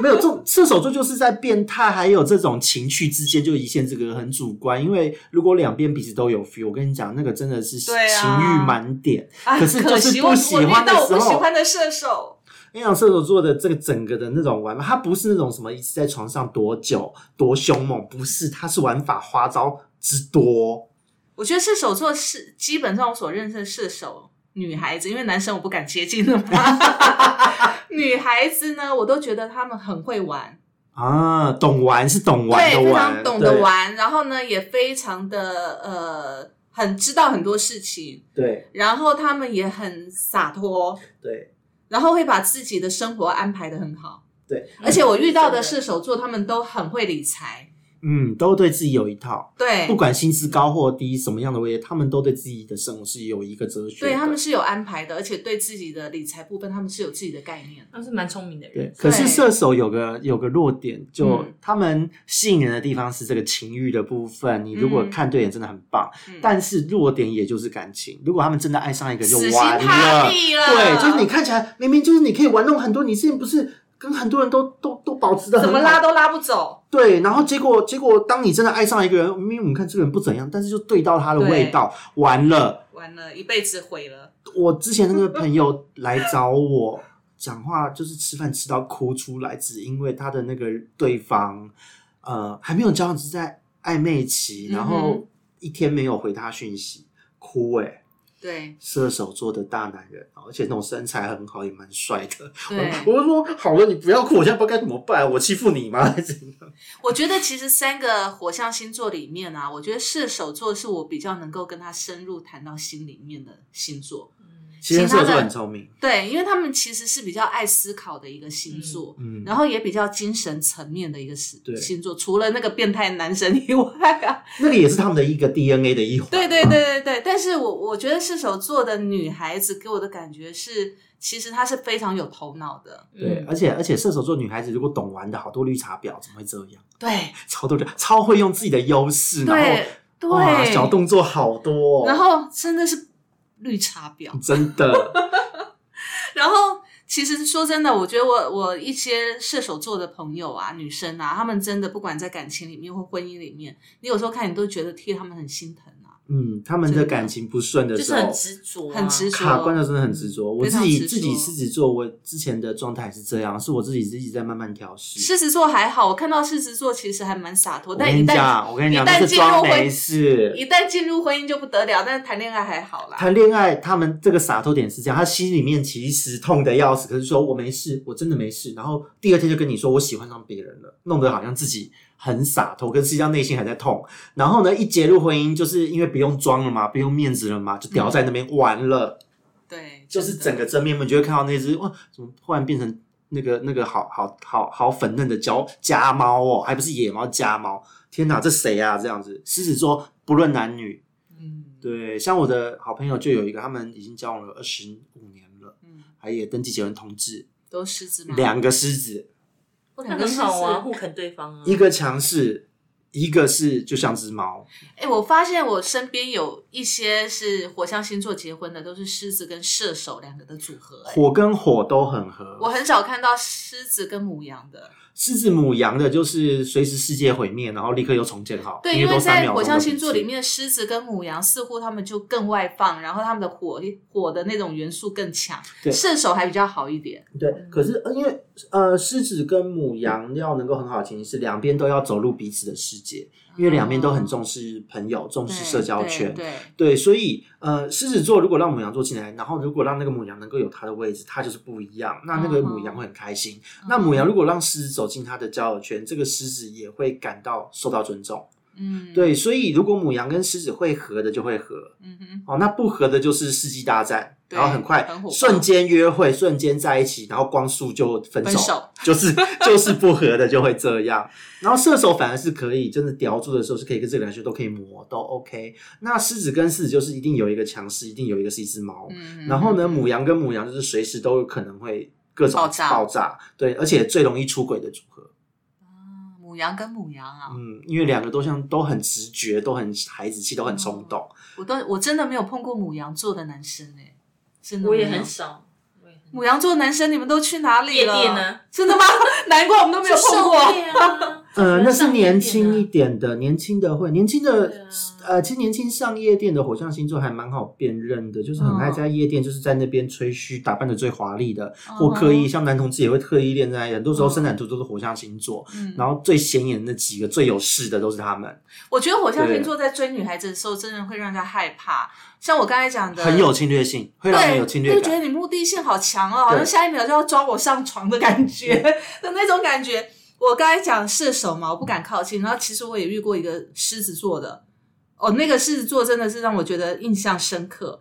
Speaker 4: 没有，这种射手座就是在变态，还有这种情趣之间就一线这个很主观。因为如果两边彼此都有 feel，我跟你讲，那个真的是情
Speaker 3: 对啊
Speaker 4: 欲满点。
Speaker 3: 哎
Speaker 4: 可是就是
Speaker 3: 惜
Speaker 4: 不
Speaker 3: 我
Speaker 4: 喜
Speaker 3: 我遇
Speaker 4: 欢的
Speaker 3: 到我
Speaker 4: 时
Speaker 3: 不喜
Speaker 4: 候
Speaker 3: 欢的射手。
Speaker 4: 因为射手座的这个整个的那种玩法，它不是那种什么一次在床上多久多凶猛，不是，它是玩法花招之多。
Speaker 3: 我觉得射手座是基本上我所认识的射手女孩子，因为男生我不敢接近的 嘛。女孩子呢，我都觉得她们很会玩，
Speaker 4: 啊，懂玩是懂玩
Speaker 3: 对，
Speaker 4: 的
Speaker 3: 非
Speaker 4: 玩，
Speaker 3: 常懂得玩，然后呢，也非常的呃，很知道很多事情，
Speaker 4: 对，
Speaker 3: 然后她们也很洒脱，
Speaker 4: 对对
Speaker 3: 然后会把自己的生活安排的很好。
Speaker 4: 对，
Speaker 3: 而且我遇到的
Speaker 5: 真
Speaker 3: 射手座，他们都很会理财，
Speaker 4: 嗯，都对自己有一套，
Speaker 3: 对
Speaker 4: 不，管薪资高或低，什么样的位置，他们都对自己的生活是有一个哲学的。
Speaker 3: 对，他们是有安排的，而且对自己的理财部分，他们是有自己的概念的。
Speaker 5: 他们是蛮聪明的
Speaker 4: 对
Speaker 5: 人，。
Speaker 4: 可是射手有个有个弱点，就、
Speaker 3: 嗯
Speaker 4: 他们吸引人的地方是这个情欲的部分。你如果
Speaker 3: 嗯
Speaker 4: 看对眼，真的很棒。
Speaker 3: 嗯
Speaker 4: 但是弱点也就是感情，如果他们真的爱上一个，就
Speaker 3: 死心
Speaker 4: 完
Speaker 3: 塌
Speaker 4: 了。
Speaker 3: 地了。
Speaker 4: 对，就是你看起来明明就是你可以玩弄很多，你之前不是跟很多人都都都保持的很
Speaker 3: 怎
Speaker 4: 好
Speaker 3: 么拉都拉不走。
Speaker 4: 对，然后结果结果，当你真的爱上一个人，明明我们看这个人不怎样，但是就对到他的味道，完了。
Speaker 3: 完了，一辈子毁了。
Speaker 4: 我之前那个朋友来找我讲话，就是吃饭吃到哭出来，只因为他的那个对方，呃，还没有交往，只是在暧昧期，然
Speaker 3: 嗯
Speaker 4: 后一天没有回他讯息，哭欸诶、
Speaker 3: 对
Speaker 4: 射手座的大男人，哦而且那种身材很好，也蛮帅的。
Speaker 3: 对，
Speaker 4: 我就说好了，你不要哭，我现在不知道该怎么办，我欺负你吗？ 还是怎样
Speaker 3: 我觉得其实三个火象星座里面啊，我觉得射手座是我比较能够跟他深入谈到心里面的星座。
Speaker 5: 嗯
Speaker 4: 其实射手
Speaker 3: 其他
Speaker 4: 座
Speaker 3: 的
Speaker 4: 很聪明，
Speaker 3: 对，因为他们其实是比较爱思考的一个星座，
Speaker 4: 嗯，
Speaker 3: 然后也比较精神层面的一个星
Speaker 4: 对
Speaker 3: 星座。除了那个变态男神以外啊，
Speaker 4: 那个也是他们的一个 DNA 的一环。
Speaker 3: 对对对对对，但是我我觉得射手座的女孩子给我的感觉是，其实她是非常有头脑的，
Speaker 4: 对，
Speaker 5: 嗯
Speaker 4: 而且而且射手座女孩子如果懂玩的好多绿茶婊，怎么会这样？
Speaker 3: 对
Speaker 4: 超多的，超会用自己的优势，然
Speaker 3: 对
Speaker 4: 后哇，
Speaker 3: 对，
Speaker 4: 小动作好多哦，
Speaker 3: 然后真的是绿茶婊，
Speaker 4: 真的
Speaker 3: 然后其实说真的，我觉得我我一些射手座的朋友啊，女生啊，她们真的不管在感情里面或婚姻里面，你有时候看你都觉得替她们很心疼啊，
Speaker 4: 嗯，他们的感情不顺的
Speaker 5: 就
Speaker 4: 时
Speaker 5: 是
Speaker 4: 候
Speaker 5: 很。执着啊，
Speaker 3: 很执着，
Speaker 4: 卡关的真的很执着，我
Speaker 3: 非
Speaker 4: 自
Speaker 3: 常
Speaker 4: 己
Speaker 3: 执着
Speaker 4: 自己狮子座，我之前的状态是这样，是我自己一直在慢慢调试。
Speaker 3: 狮子座还好，我看到狮子座其实还蛮洒脱，
Speaker 4: 我
Speaker 3: 但
Speaker 4: 跟
Speaker 3: 一
Speaker 4: 你
Speaker 3: 旦
Speaker 4: 讲，我跟你讲，
Speaker 3: 一旦
Speaker 4: 这是
Speaker 3: 进入
Speaker 4: 装
Speaker 3: 婚
Speaker 4: 没事。
Speaker 3: 一旦进入婚姻就不得了，但是谈恋爱还好啦。
Speaker 4: 谈恋爱，他们这个洒脱点是这样，他心里面其实痛的要死，可是说我没事，我真的没事。然后第二天就跟你说我喜欢上别人了，弄得好像自己很洒脱，可是实际上内心还在痛。然后呢，一结入婚姻，就是因为不用装了嘛，不用面子了嘛，就吊
Speaker 3: 嗯
Speaker 4: 在那边、完了，
Speaker 3: 对，
Speaker 4: 就是
Speaker 3: 真
Speaker 4: 整
Speaker 3: 的
Speaker 4: 个真面目，你就会看到那只哇，怎么忽然变成那个那个好好好好粉嫩的家家猫哦，还不是野猫家猫？天哪，这谁啊？这样子，狮子座不论男女，
Speaker 3: 嗯，
Speaker 4: 对，像我的好朋友就有一个，他们已经交往了二十五年了，
Speaker 3: 嗯，
Speaker 4: 还也登记结婚同志，
Speaker 3: 都狮子嘛，
Speaker 4: 两个狮子，
Speaker 3: 不
Speaker 5: 那
Speaker 3: 两个
Speaker 5: 很
Speaker 3: 狮
Speaker 5: 好啊，
Speaker 3: 子。
Speaker 5: 互啃对方啊。
Speaker 4: 一个强势，一个是就像只猫，
Speaker 3: 哎、我发现我身边有一些是火象星座结婚的，都是狮子跟射手两个的组合、欸。
Speaker 4: 火跟火都很合。
Speaker 3: 我很少看到狮子跟母羊的，
Speaker 4: 狮子母羊的就是随时世界毁灭，然后立刻又重建好。
Speaker 3: 对，
Speaker 4: 因
Speaker 3: 因为
Speaker 4: 都三
Speaker 3: 在
Speaker 4: 秒钟
Speaker 3: 火象
Speaker 4: 的
Speaker 3: 星座
Speaker 4: 事
Speaker 3: 里，面，狮子跟母羊似乎他们就更外放，然后他们的火力火的那种元素更强。
Speaker 4: 对
Speaker 3: 射手还比较好一点。
Speaker 4: 对，可是呃因为呃，狮子跟母羊要能够很好的前提是两边都要走入彼此的世界，因为两边都很重视朋友，重视社交圈。
Speaker 3: 哦对，对
Speaker 4: 对，所以呃，狮子座如果让母羊座进来，然后如果让那个母羊能够有它的位置，它就是不一样。那那个母
Speaker 3: 嗯
Speaker 4: 羊会很开心。那母羊如果让狮子走进它的交友圈，这个狮子也会感到受到尊重。
Speaker 3: 嗯，
Speaker 4: 对，所以如果母羊跟狮子会合的就会合，
Speaker 3: 嗯哼，
Speaker 4: 哦，那不合的就是世纪大战，
Speaker 3: 对
Speaker 4: 然后很快
Speaker 3: 很火爆
Speaker 4: 瞬间约会，瞬间在一起，然后光速就分手，
Speaker 3: 分手
Speaker 4: 就是就是不合的就会这样。然后射手反而是可以真的叼住的时候是可以跟这个人说都可以磨都 OK。那狮子跟狮子就是一定有一个强势，一定有一个是一只猫。
Speaker 3: 嗯哼
Speaker 4: 然后呢，母羊跟母羊就是随时都有可能会各种
Speaker 3: 爆炸
Speaker 4: 爆炸，对，而且最容易出轨的组合。
Speaker 3: 啊母羊跟母羊啊，
Speaker 4: 嗯，因为两个都像都很直觉，都很孩子气，都很冲动。
Speaker 3: 我都我真的没有碰过母羊座的男生哎、真的
Speaker 5: 我也
Speaker 3: 没有
Speaker 5: 很少。我也很
Speaker 3: 母羊座男生，你们都去哪里
Speaker 5: 夜
Speaker 3: 了？
Speaker 5: 店呢？
Speaker 3: 真的吗？难怪我们都没有碰过。
Speaker 5: 啊，
Speaker 4: 呃，那是年轻
Speaker 5: 一
Speaker 4: 一
Speaker 3: 啊
Speaker 4: 点的，年轻的会，年轻的、
Speaker 5: 对啊
Speaker 4: 呃，其实年轻上夜店的火象星座还蛮好辨认的，就是很
Speaker 3: 嗯
Speaker 4: 爱在夜店，就是在那边吹嘘，打扮的最华丽的，或刻意像男同志也会刻意恋爱，很多时候生产图都是火象星座，
Speaker 3: 嗯
Speaker 4: 然后最显眼的那几个最有势的都是他们，
Speaker 3: 我觉得火象星座在追女孩子的时候，真的会让人家害怕。像我刚才讲的，
Speaker 4: 很有侵略性，会让人
Speaker 3: 对，
Speaker 4: 有侵略
Speaker 3: 就觉
Speaker 4: 感。
Speaker 3: 得你目的性好强哦，好像
Speaker 4: 对
Speaker 3: 下一秒就要抓我上床的感觉 的那种感觉。我刚才讲射手嘛，我不敢靠近。然后其实我也遇过一个狮子座的，哦，那个狮子座真的是让我觉得印象深刻。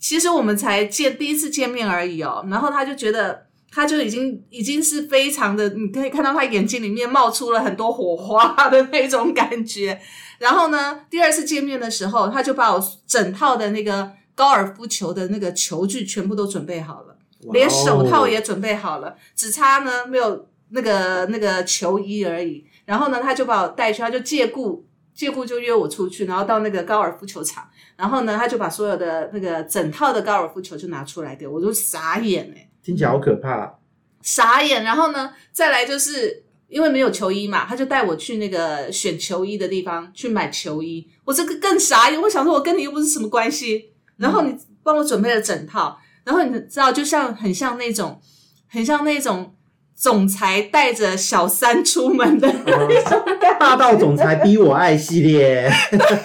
Speaker 3: 其实我们才见第一次见面而已哦，然后他就觉得他就已经已经是非常的，你可以看到他眼睛里面冒出了很多火花的那种感觉。然后呢，第二次见面的时候，他就把我整套的那个高尔夫球的那个球具全部都准备好了，
Speaker 4: 哇哦
Speaker 3: 连手套也准备好了，只差呢没有那个那个球衣而已。然后呢，他就把我带去，他就借故借故就约我出去，然后到那个高尔夫球场，然后呢，他就把所有的那个整套的高尔夫球就拿出来给我，我就傻眼哎、
Speaker 4: 听起来好可 怕，
Speaker 3: 傻眼。然后呢，再来就是因为没有球衣嘛，他就带我去那个选球衣的地方去买球衣。我这个更傻眼，我想说我跟你又不是什么关系，然后你帮我准备了整套，然后你知道，就像很像那种，很像那种。总裁带着小三出门的 那种感觉
Speaker 4: 霸道总裁逼我爱系列，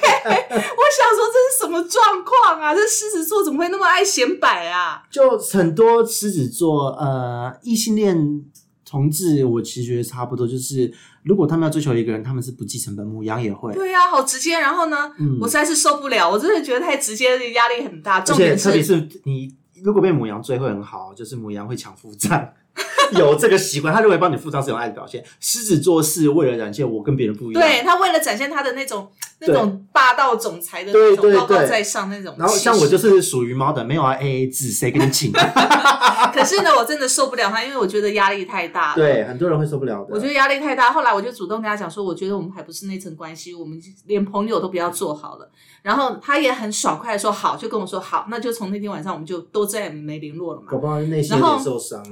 Speaker 3: 我想说这是什么状况啊？这狮子座怎么会那么爱显摆啊？
Speaker 4: 就很多狮子座，呃，异性恋同志，我其实觉得差不多，就是如果他们要追求一个人，他们是不计成本，母羊也会，
Speaker 3: 对呀、好直接。然后呢，
Speaker 4: 嗯
Speaker 3: 我实在是受不了，我真的觉得太直接，压力很大。
Speaker 4: 而
Speaker 3: 重
Speaker 4: 且
Speaker 3: 点
Speaker 4: 特别
Speaker 3: 是，
Speaker 4: 是你如果被母羊追会很好，就是母羊会抢付账。 有这个习惯，他认为帮你付账是有爱的表现。狮子座是为了展现我跟别人不一样，
Speaker 3: 对他为了展现他的那种那种霸道总裁的
Speaker 4: 对
Speaker 3: 那种
Speaker 4: 对
Speaker 3: 高高
Speaker 4: 对
Speaker 3: 在上那种气势。
Speaker 4: 然后像我就是属于猫的，没有啊 A A 制，谁给你 请？
Speaker 3: 可是呢，我真的受不了他，因为我觉得压力太大了。
Speaker 4: 对，很多人会受不了的。
Speaker 3: 我觉得压力太大。后来我就主动跟他讲说，我觉得我们还不是那层关系，我们连朋友都不要做好了。然后他也很爽快的说好，就跟我说好，那就从那天晚上我们就都再也没联络了嘛
Speaker 4: 搞。不好内心有
Speaker 3: 然后
Speaker 4: 点受伤，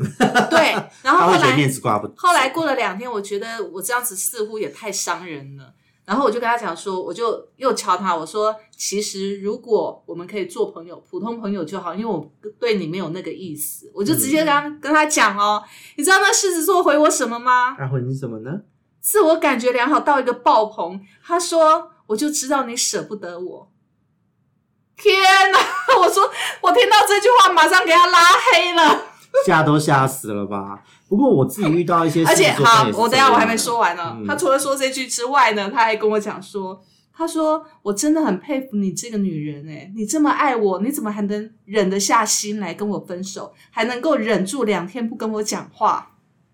Speaker 3: 对，然后
Speaker 4: 他
Speaker 3: 后
Speaker 4: 会觉得
Speaker 3: 来
Speaker 4: 面子挂不住。
Speaker 3: 后来过了两天，我觉得我这样子似乎也太伤人了。然后我就跟他讲说，我就又敲他，我说其实如果我们可以做朋友，普通朋友就好，因为我对你没有那个意思，我就直接跟他、跟他讲哦，你知道那狮子座回我什么吗？
Speaker 4: 他回你什么呢？
Speaker 3: 自我感觉良好到一个爆棚。他说：“我就知道你舍不得我。”天哪！我说，我听到这句话，马上给他拉黑了。
Speaker 4: 吓都吓死了吧？不过我自己遇到一些狮
Speaker 3: 而
Speaker 4: 子座
Speaker 3: 且，
Speaker 4: 朋友
Speaker 3: 好
Speaker 4: 也是这样的，，
Speaker 3: 我等一下我还没说完呢。
Speaker 4: 嗯
Speaker 3: 他除了说这句之外呢，他还跟我讲说：“他说我真的很佩服你这个女人、欸，你这么爱我，你怎么还能忍得下心来跟我分手，还能够忍住两天不跟我讲话？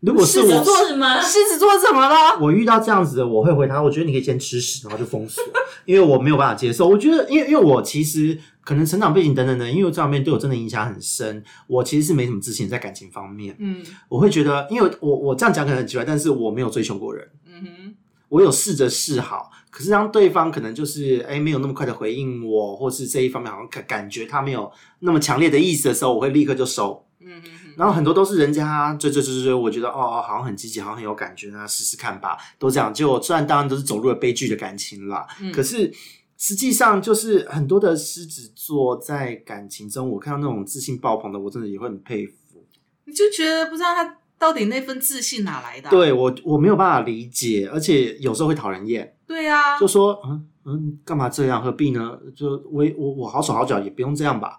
Speaker 4: 如果是
Speaker 5: 狮子
Speaker 4: 我，
Speaker 5: 座是 吗？
Speaker 3: 狮子座怎么了？
Speaker 4: 我遇到这样子的，我会回他，我觉得你可以先吃屎，然后就封锁，因为我没有办法接受。我觉得，因为因为我其实可能成长背景等等的，因为这方面对我真的影响很深。我其实是没什么自信在感情方面，
Speaker 3: 嗯
Speaker 4: 我会觉得，因为我我这样讲可能很奇怪，但是我没有追求过人，
Speaker 3: 嗯哼，
Speaker 4: 我有试着示好，可是让对方可能就是哎没有那么快的回应我，或是这一方面好像感感觉他没有那么强烈的意思的时候，我会立刻就收。
Speaker 3: 嗯嗯嗯，
Speaker 4: 然后很多都是人家追追追追追，我觉得哦哦好像很积极，好像很有感觉，那试试看吧，都这样。结果虽然当然都是走入了悲剧的感情啦，
Speaker 3: 嗯
Speaker 4: 可是实际上就是很多的狮子座在感情中，我看到那种自信爆棚的，我真的也会很佩服。
Speaker 3: 你就觉得不知道他到底那份自信哪来的啊、
Speaker 4: 对我我没有办法理解，而且有时候会讨人厌，
Speaker 3: 对啊，
Speaker 4: 就说嗯嗯，干嘛这样？何必呢？就我我我好手好脚也不用这样吧。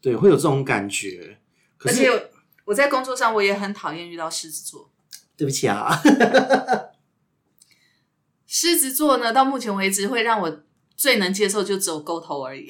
Speaker 4: 对，会有这种感觉。可
Speaker 3: 而
Speaker 4: 是
Speaker 3: 且我在工作上我也很讨厌遇到狮子座。
Speaker 4: 对不起啊，
Speaker 3: 狮子座呢，到目前为止会让我最能接受就只有勾头而已。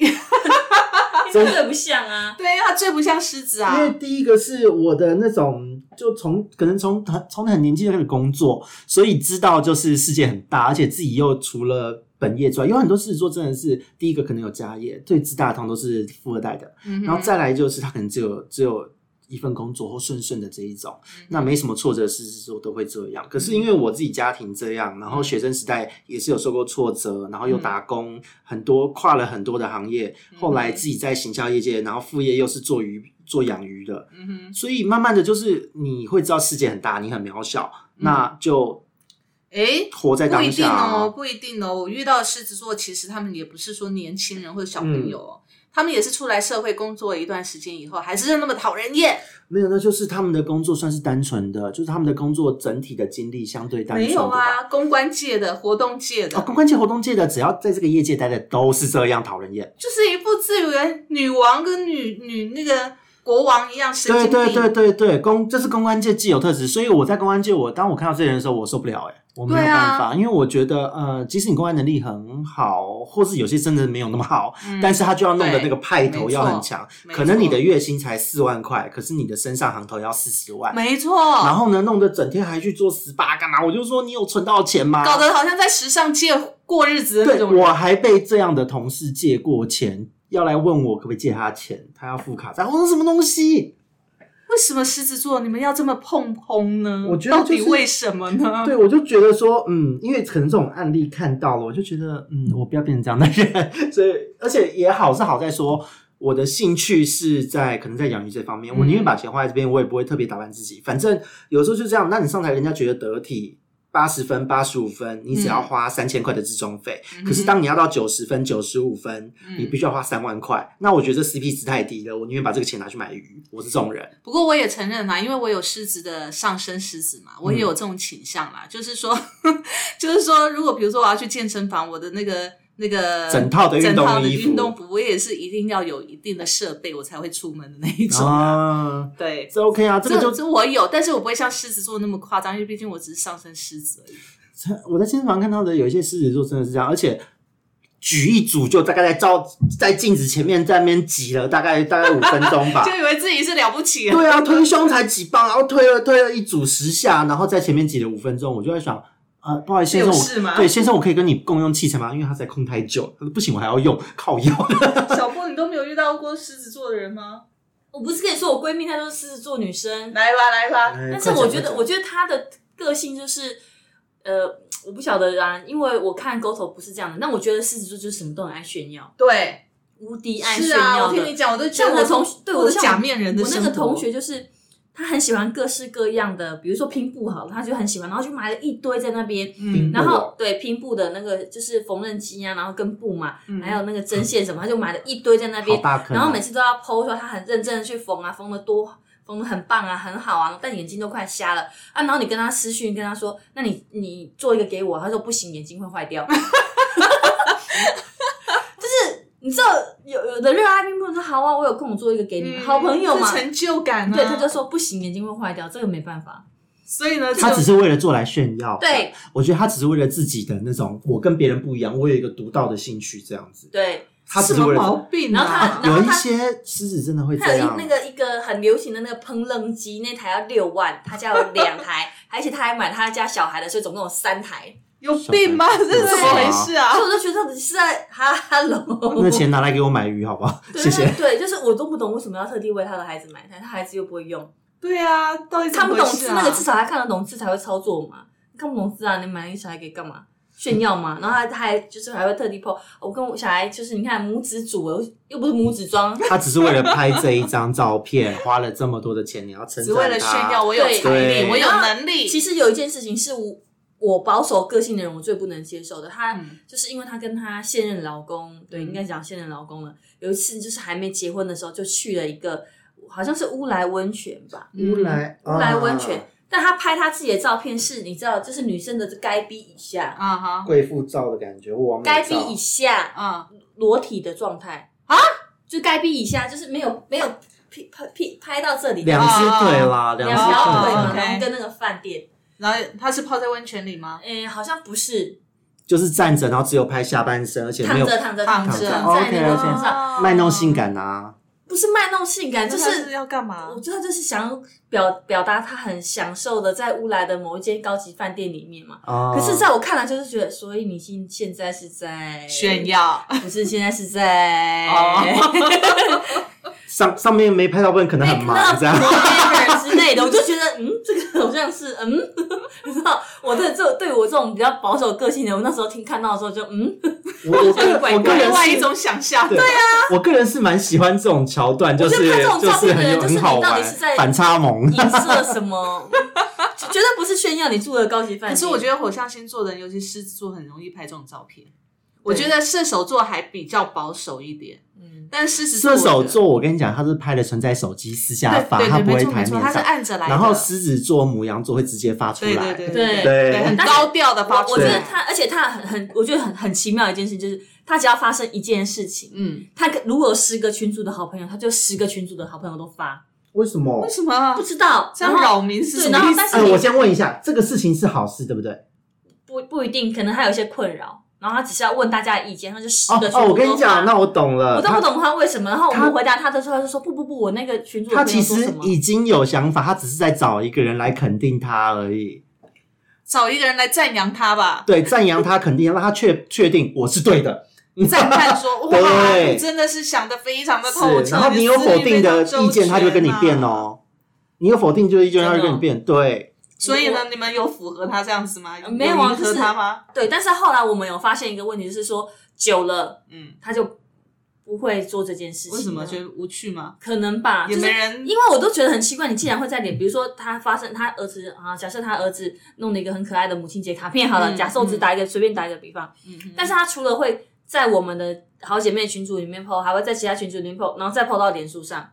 Speaker 5: 真的不像啊。
Speaker 3: 对，因为他最不像狮子啊
Speaker 4: 因。为第一个是我的那种，就从可能从很从很年轻就开始工作，所以知道就是世界很大，而且自己又除了本业之外，有很多狮子座真的是第一个可能有家业，最自大通都是富二代的，
Speaker 3: 嗯哼
Speaker 4: 然后再来就是他可能只有只有一份工作或顺顺的这一种，那没什么挫折，狮子座都会这样。可是因为我自己家庭这样，然后学生时代也是有受过挫折，然后
Speaker 3: 嗯
Speaker 4: 又打工，很多跨了很多的行业，
Speaker 3: 嗯
Speaker 4: 后来自己在行销业界，然后副业又是做鱼做养鱼的，
Speaker 3: 嗯哼，
Speaker 4: 所以慢慢的就是你会知道世界很大，你很渺小，那就
Speaker 3: 诶，
Speaker 4: 活
Speaker 3: 嗯
Speaker 4: 在
Speaker 3: 不一
Speaker 4: 当
Speaker 3: 定
Speaker 4: 下啊。
Speaker 3: 哦，不一定哦。我遇到的狮子座，其实他们也不是说年轻人或者小朋友哦，
Speaker 4: 嗯
Speaker 3: 他们也是出来社会工作一段时间以后，还是那么讨人厌。
Speaker 4: 没有，那就是他们的工作算是单纯的，就是他们的工作整体的经历相对单纯
Speaker 3: 没
Speaker 4: 的
Speaker 3: 有
Speaker 4: 吧
Speaker 3: 啊，公关界的、活动界的，
Speaker 4: 哦，公关界、活动界的，只要在这个业界待的都是这样讨人厌。
Speaker 3: 就是一副自以为女王跟女女那个国王一样神经
Speaker 4: 对
Speaker 3: 病。
Speaker 4: 对对对对，公这是公关界既有特质，所以我在公关界，我当我看到这些人的时候，我受不了哎、我没有
Speaker 3: 对啊
Speaker 4: 办法，因为我觉得呃，即使你公关能力很好，或是有些真的没有那么好，
Speaker 3: 嗯
Speaker 4: 但是他就要弄的那个派
Speaker 3: 没
Speaker 4: 头
Speaker 3: 错
Speaker 4: 要很强，
Speaker 3: 没
Speaker 4: 可能你的
Speaker 3: 错
Speaker 4: 月薪才四万块，可是你的身上行头要四十万。
Speaker 3: 没错，
Speaker 4: 然后呢，弄得整天还去做 SPA 干嘛？我就说你有存到钱吗？
Speaker 3: 搞得好像在时尚界过日子的那
Speaker 4: 对，
Speaker 3: 种人。
Speaker 4: 我还被这样的同事借过钱，要来问我可不可以借他钱，他要付卡债。我说什么东西？
Speaker 3: 为什么狮子座你们要这么碰轰呢？
Speaker 4: 我觉得就是
Speaker 3: 到底为什么呢？
Speaker 4: 对，我就觉得说，嗯，因为可能这种案例看到了，我就觉得，嗯，我不要变成这样的人。 所以，而且也好是好在说。我的兴趣是在可能在养鱼这方
Speaker 3: 嗯
Speaker 4: 面，我宁愿把钱花在这边，我也不会特别打扮自己。反正有时候就这样，那你上台人家觉得得体，八十分、八十五分，你只要花三千块的自装费。
Speaker 3: 嗯嗯哼
Speaker 4: 可是当你要到九十分、九十五分，
Speaker 3: 嗯
Speaker 4: 你必须要花三万块。那我觉得这 CP 值太低了，我宁愿把这个钱拿去买鱼。我是这种人，
Speaker 3: 不过我也承认啦，因为我有狮子的上升狮子嘛，
Speaker 4: 嗯
Speaker 3: 我也有这种倾向啦。就是说， 就是说，如果比如说我要去健身房，我的那个那个
Speaker 4: 整套的运
Speaker 3: 整
Speaker 4: 动
Speaker 3: 套的
Speaker 4: 衣服
Speaker 3: 运动服，我也是一定要有一定的设备，我才会出门的那一种。
Speaker 4: 啊，
Speaker 3: 对，
Speaker 4: 这 OK 啊，这个就
Speaker 3: 这我有，但是我不会像狮子座那么夸张，因为毕竟我只是上升狮子而已。
Speaker 4: 我在健身房看到的有一些狮子座真的是这样，而且举一组就大概在照在镜子前面在那边挤了大概大概五分 钟吧
Speaker 3: 就。以为自己是了不起啊，
Speaker 4: 啊对啊，推胸才几磅，然后推了推了一组十下，然后在前面挤了五分钟，我就在想，呃，不好意思，先
Speaker 3: 有
Speaker 4: 生，
Speaker 3: 事吗
Speaker 4: 我对先生，我可以跟你共用器材吗？因为他在空太久，他说不行，我还要用，靠腰。
Speaker 3: 小波，你都没有遇到过狮子座的人吗？
Speaker 5: 我不是跟你说我闺蜜她都是狮子座女生，
Speaker 3: 来吧，来吧，
Speaker 5: 啊但是我觉
Speaker 4: 哎快讲快
Speaker 5: 得
Speaker 4: 讲
Speaker 5: 我觉得她的个性就是，呃，我不晓得啊，因为我看沟头不是这样的，但我觉得狮子座就是什么都很爱炫耀，
Speaker 3: 对，
Speaker 5: 无敌爱炫
Speaker 3: 是啊，
Speaker 5: 耀
Speaker 3: 我听你
Speaker 5: 的。
Speaker 3: 讲，我都觉得
Speaker 5: 像我同对我
Speaker 3: 我是
Speaker 5: 像我
Speaker 3: 假面人的
Speaker 5: 我
Speaker 3: 生活
Speaker 5: 那个同学就是。她很喜欢各式各样的，比如说拼布好了，她就很喜欢，然后就买了一堆在那边，
Speaker 3: 嗯
Speaker 5: 然
Speaker 4: 那
Speaker 5: 后
Speaker 4: 个
Speaker 5: 对拼布的那个就是缝纫机啊，然后跟布嘛，
Speaker 3: 嗯
Speaker 5: 还有那个针线什么，他就买了一堆在那边
Speaker 4: 好，大坑哦，
Speaker 5: 然后每次都要剖说他很认真的去缝啊，缝的多，缝的很棒啊，很好啊，但眼睛都快瞎了啊。然后你跟他私讯，跟他说，那你你做一个给我，他说不行，眼睛会坏掉。 就是你知道有有的热爱拼布说好啊，我有空我做一个给你，好朋友嘛
Speaker 3: 嗯是，成就感啊，
Speaker 5: 对，他就说不行，眼睛会坏掉，这个没办法。
Speaker 3: 所以呢，
Speaker 4: 他只
Speaker 3: 是
Speaker 4: 是为了做来炫耀。
Speaker 5: 对，
Speaker 4: 我觉得他只是为了自己的那种，我跟别人不一样，我有一个独到的兴趣这样子。
Speaker 5: 对，
Speaker 4: 他只
Speaker 3: 什
Speaker 4: 是
Speaker 3: 么
Speaker 4: 为
Speaker 3: 毛
Speaker 4: 了。
Speaker 3: 病
Speaker 5: 然后他
Speaker 3: 啊？
Speaker 5: 然
Speaker 4: 有
Speaker 5: 后
Speaker 4: 一
Speaker 5: 他
Speaker 4: 些狮子真的会
Speaker 5: 还
Speaker 4: 这
Speaker 5: 有
Speaker 4: 样
Speaker 5: 一，那个一个很流行的那个烹饪机，那台要六万，他家有两台， 而且他还买他家小孩的，所以总共有三台。
Speaker 3: 有病吗？这是怎么回事啊
Speaker 5: 所以？我就觉得你是在哈哈喽，
Speaker 4: 啊
Speaker 3: 嗯
Speaker 4: 那钱拿来给我买鱼好不好？
Speaker 5: 对
Speaker 4: 谢谢。
Speaker 5: 对，就是我都不懂为什么要特地为他的孩子买，但他孩子又不会用，
Speaker 3: 对啊，到底怎
Speaker 5: 看
Speaker 3: 么
Speaker 5: 不懂
Speaker 3: 回事
Speaker 5: 字，
Speaker 3: 啊
Speaker 5: 那个至少他看得懂字才会操作嘛，看不懂字啊，你买那个小孩给干嘛？炫耀嘛，然后他他还就是还会特地 po，我跟我小孩就是你看母子组，我又不是母子装，
Speaker 3: 嗯
Speaker 4: 他只是为了拍这一张照片，花了这么多的钱，你要称
Speaker 3: 只
Speaker 4: 赞
Speaker 3: 为了炫
Speaker 4: 他
Speaker 3: 耀我有财力，
Speaker 4: 对
Speaker 3: 我有能力。
Speaker 5: 其实有一件事情是我我保守个性的人我最不能接受的，她
Speaker 3: 嗯
Speaker 5: 就是因为她跟她现任老公，对，应该讲现任老公了，有一次就是还没结婚的时候就去了一个好像是乌来温泉吧，
Speaker 3: 嗯
Speaker 4: 乌来
Speaker 5: 嗯乌来温
Speaker 4: 啊
Speaker 5: 泉，但她拍她自己的照片是，你知道，就是女生的该逼以下，
Speaker 3: 啊哈
Speaker 4: 贵妇照的感觉，我
Speaker 5: 该逼以下，
Speaker 3: 啊，
Speaker 5: 裸体的状态
Speaker 3: 啊，
Speaker 5: 就该逼一下，就是没有没有拍拍拍到这里，
Speaker 4: 两
Speaker 5: 哦两
Speaker 4: 只腿啦，两
Speaker 5: 条
Speaker 4: 只啊
Speaker 5: 腿
Speaker 4: 腿
Speaker 3: 哦
Speaker 5: 嘛，
Speaker 4: 啦，
Speaker 5: 然后
Speaker 3: OK
Speaker 5: 跟那个饭店，
Speaker 3: 然后他是泡在温泉里吗？
Speaker 5: 诶，好像不是
Speaker 4: 就是站着，然后只有拍下半身，而且
Speaker 5: 躺
Speaker 4: 没有
Speaker 5: 着躺着
Speaker 3: 躺
Speaker 5: 躺
Speaker 3: 着
Speaker 5: 着在那个
Speaker 4: OK，OK
Speaker 5: 床上，
Speaker 3: 哦
Speaker 4: 卖弄性，感啊。
Speaker 5: 不是卖弄性感，
Speaker 3: 就
Speaker 5: 就是是
Speaker 3: 要干嘛
Speaker 5: 我？知道就是想表表达他很享受的在乌来的某一间高级饭店里面嘛。
Speaker 4: 哦
Speaker 5: 可是，在我看来，就是觉得，所以你现现在是在
Speaker 3: 炫，耀，
Speaker 5: 不是现在是在
Speaker 3: 哦
Speaker 4: 上上面没拍到问，可能很
Speaker 5: make
Speaker 4: 忙
Speaker 5: up
Speaker 4: 这样。
Speaker 5: forever 之类的，我就觉得，嗯，这个好像是，嗯， 你知道，我对这对我这种比较保守个性的，我那时候听看到的时候就，嗯，
Speaker 4: 我我个
Speaker 5: 怪怪
Speaker 4: 我个
Speaker 3: 另
Speaker 4: 人
Speaker 3: 外
Speaker 4: 是
Speaker 3: 一种想象。
Speaker 4: 对啊，我个人是蛮喜欢这种桥段，就
Speaker 5: 觉得
Speaker 4: 是
Speaker 5: 拍这种
Speaker 4: 就
Speaker 5: 照
Speaker 4: 是
Speaker 5: 片的
Speaker 4: 很
Speaker 5: 人
Speaker 4: 有
Speaker 5: 就是
Speaker 4: 很
Speaker 5: 你
Speaker 4: 好
Speaker 5: 到底
Speaker 4: 玩
Speaker 5: 是在，
Speaker 4: 反差萌。
Speaker 5: 影射什么， 绝绝对不是炫耀你住的高级饭
Speaker 3: 可
Speaker 5: 店。
Speaker 3: 是我觉得火象星座的人，尤其狮子座，很容易拍这种照片。我觉得射手座还比较保守一点，
Speaker 5: 嗯，
Speaker 3: 但狮子座
Speaker 4: 射
Speaker 3: 我觉得
Speaker 4: 手座，我跟你讲，他是拍了存在手机私下发，
Speaker 3: 对
Speaker 4: 他
Speaker 3: 对
Speaker 4: 不
Speaker 3: 对，没
Speaker 4: 会
Speaker 3: 错
Speaker 4: 台
Speaker 3: 没
Speaker 4: 面
Speaker 3: 错，他是
Speaker 4: 上。
Speaker 3: 按着来的。
Speaker 4: 然后狮子座、母羊座会直接发出
Speaker 3: 对对
Speaker 4: 来，
Speaker 3: 对
Speaker 5: 对
Speaker 3: 对，
Speaker 4: 对
Speaker 3: 很高调的发
Speaker 5: 我
Speaker 3: 出
Speaker 5: 我觉
Speaker 3: 来。
Speaker 5: 得他，而且他很很，我觉得很很奇妙的一件事，就是他只要发生一件事情，
Speaker 3: 嗯，
Speaker 5: 他跟如果有十个群主的好朋友，他就十个群主的好朋友都发，
Speaker 4: 为什么
Speaker 3: 为？什么
Speaker 5: 不知道，
Speaker 3: 这样
Speaker 5: 啊然后
Speaker 3: 扰民是什
Speaker 5: 对，
Speaker 3: 么
Speaker 5: 然后
Speaker 3: 意思？
Speaker 5: 但是
Speaker 4: 哎，
Speaker 5: 你
Speaker 4: 我先问一下，这个事情是好事，对不对？
Speaker 5: 不不一定，可能他有一些困扰，然后他只是要问大家的意见，他就十
Speaker 4: 哦
Speaker 5: 个群
Speaker 4: 哦，
Speaker 5: 主
Speaker 4: 我跟你
Speaker 5: 都
Speaker 4: 讲，
Speaker 5: 发
Speaker 4: 那我懂了。
Speaker 5: 啊我都
Speaker 4: 他
Speaker 5: 不懂他为什么。然后我
Speaker 4: 他
Speaker 5: 们回答他的时候，他就说不不不，我那个群主的
Speaker 4: 他
Speaker 5: 朋友
Speaker 4: 其
Speaker 5: 说什
Speaker 4: 实
Speaker 5: 么
Speaker 4: 已经有想法，他只是在找一个人来肯定他而已。
Speaker 3: 找一个人来赞扬他 吧，
Speaker 4: 对，赞扬他，肯定让他确确定我是对的。
Speaker 3: 赞叹说哇，
Speaker 4: 对
Speaker 3: 你真的是想的非常的透
Speaker 4: 是，
Speaker 3: 彻。
Speaker 4: 然后你有
Speaker 3: 思虑
Speaker 4: 否定的
Speaker 3: 非常周
Speaker 4: 意见，他就会跟你
Speaker 3: 全啊
Speaker 4: 变。哦。你有否定就是意见，
Speaker 5: 真的哦
Speaker 4: 他就跟你变。对，
Speaker 3: 所以呢，你们有符合他这样子吗？
Speaker 5: 没有啊
Speaker 3: 迎
Speaker 5: 就
Speaker 3: 合
Speaker 5: 是
Speaker 3: 他吗？
Speaker 5: 对。但是后来我们有发现一个问题，就是说久了
Speaker 3: 嗯，
Speaker 5: 他就不会做这件事情了。
Speaker 3: 为什么觉得无趣吗？
Speaker 5: 可能吧，
Speaker 3: 也
Speaker 5: 就是
Speaker 3: 没人
Speaker 5: 因为我都觉得很奇怪，你竟然会在脸，比如说他发生他儿子啊，假设他儿子弄了一个很可爱的母亲节卡片，好了，
Speaker 3: 嗯
Speaker 5: 假设我只打一个、随便打一个比方，
Speaker 3: 嗯哼
Speaker 5: 但是他除了会在我们的好姐妹群组里面 PO，还会在其他群组里面 PO，然后再 PO 到脸书上。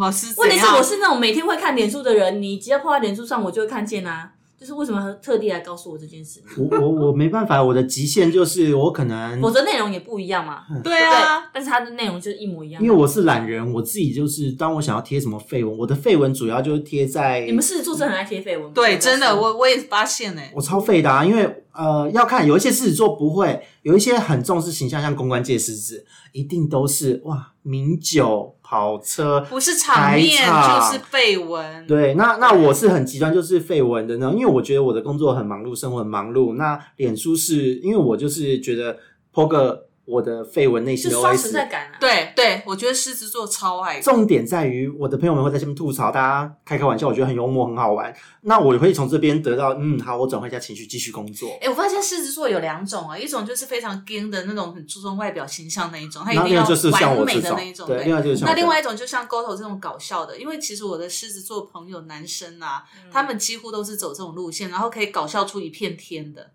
Speaker 3: 我是
Speaker 5: 问题
Speaker 3: 怎
Speaker 5: 是
Speaker 3: 样
Speaker 5: 我是那种每天会看脸书的人，你只要 PO 在脸书上，我就会看见啊。就是为什么还特地来告诉我这件事？
Speaker 4: 我我我没办法，我的极限就是我可能
Speaker 5: 否则内容也不一样嘛。
Speaker 3: 对
Speaker 5: 对
Speaker 3: 啊，，
Speaker 5: 但是它的内容就是一模一样
Speaker 4: 嗯
Speaker 5: 啊
Speaker 4: 因为。我是懒人，我自己就是当我想要贴什么绯闻，我的绯闻主要就是贴在
Speaker 5: 你们狮子座真的很爱贴绯闻，
Speaker 3: 对，真的，
Speaker 5: 我
Speaker 3: 我我也发现哎，
Speaker 4: 我超废的啊，因为呃，要看有一些狮子座不会，有一些很重视形象，像公关界狮子，一定都是哇名酒跑车。
Speaker 3: 不是场面
Speaker 4: 排场
Speaker 3: 就是绯闻，
Speaker 4: 对，那那我是很极端，就是绯闻的呢，因为我觉得我的工作很忙碌，生活很忙碌。那脸书是因为我就是觉得 p 个我的绯闻内
Speaker 5: 就
Speaker 4: 心的
Speaker 5: 刷存在
Speaker 4: OS。
Speaker 5: 感啊。
Speaker 3: 对对，我觉得狮子座超爱的，
Speaker 4: 重点在于我的朋友们会在下面吐槽，大家开开玩笑，我觉得很幽默，很好玩。那我会从这边得到，嗯，好，我转换一下情绪，继续工作。
Speaker 3: 哎、我发现狮子座有两种啊，一种就是非常 g 的那种，很注重外表形象那一种，他一
Speaker 4: 然后
Speaker 3: 定
Speaker 4: 另
Speaker 3: 要
Speaker 4: 外就是像
Speaker 3: 哎完
Speaker 4: 我
Speaker 3: 美
Speaker 4: 这
Speaker 3: 的
Speaker 4: 种
Speaker 3: 那一，种。
Speaker 4: 对，另外就是像
Speaker 3: 那
Speaker 4: 我这
Speaker 3: 另
Speaker 4: 种
Speaker 3: 外一种就像 Goto 这种搞笑的，因为其实我的狮子座朋友男生啊，
Speaker 5: 嗯
Speaker 3: 他们几乎都是走这种路线，然后可以搞笑出一片天的。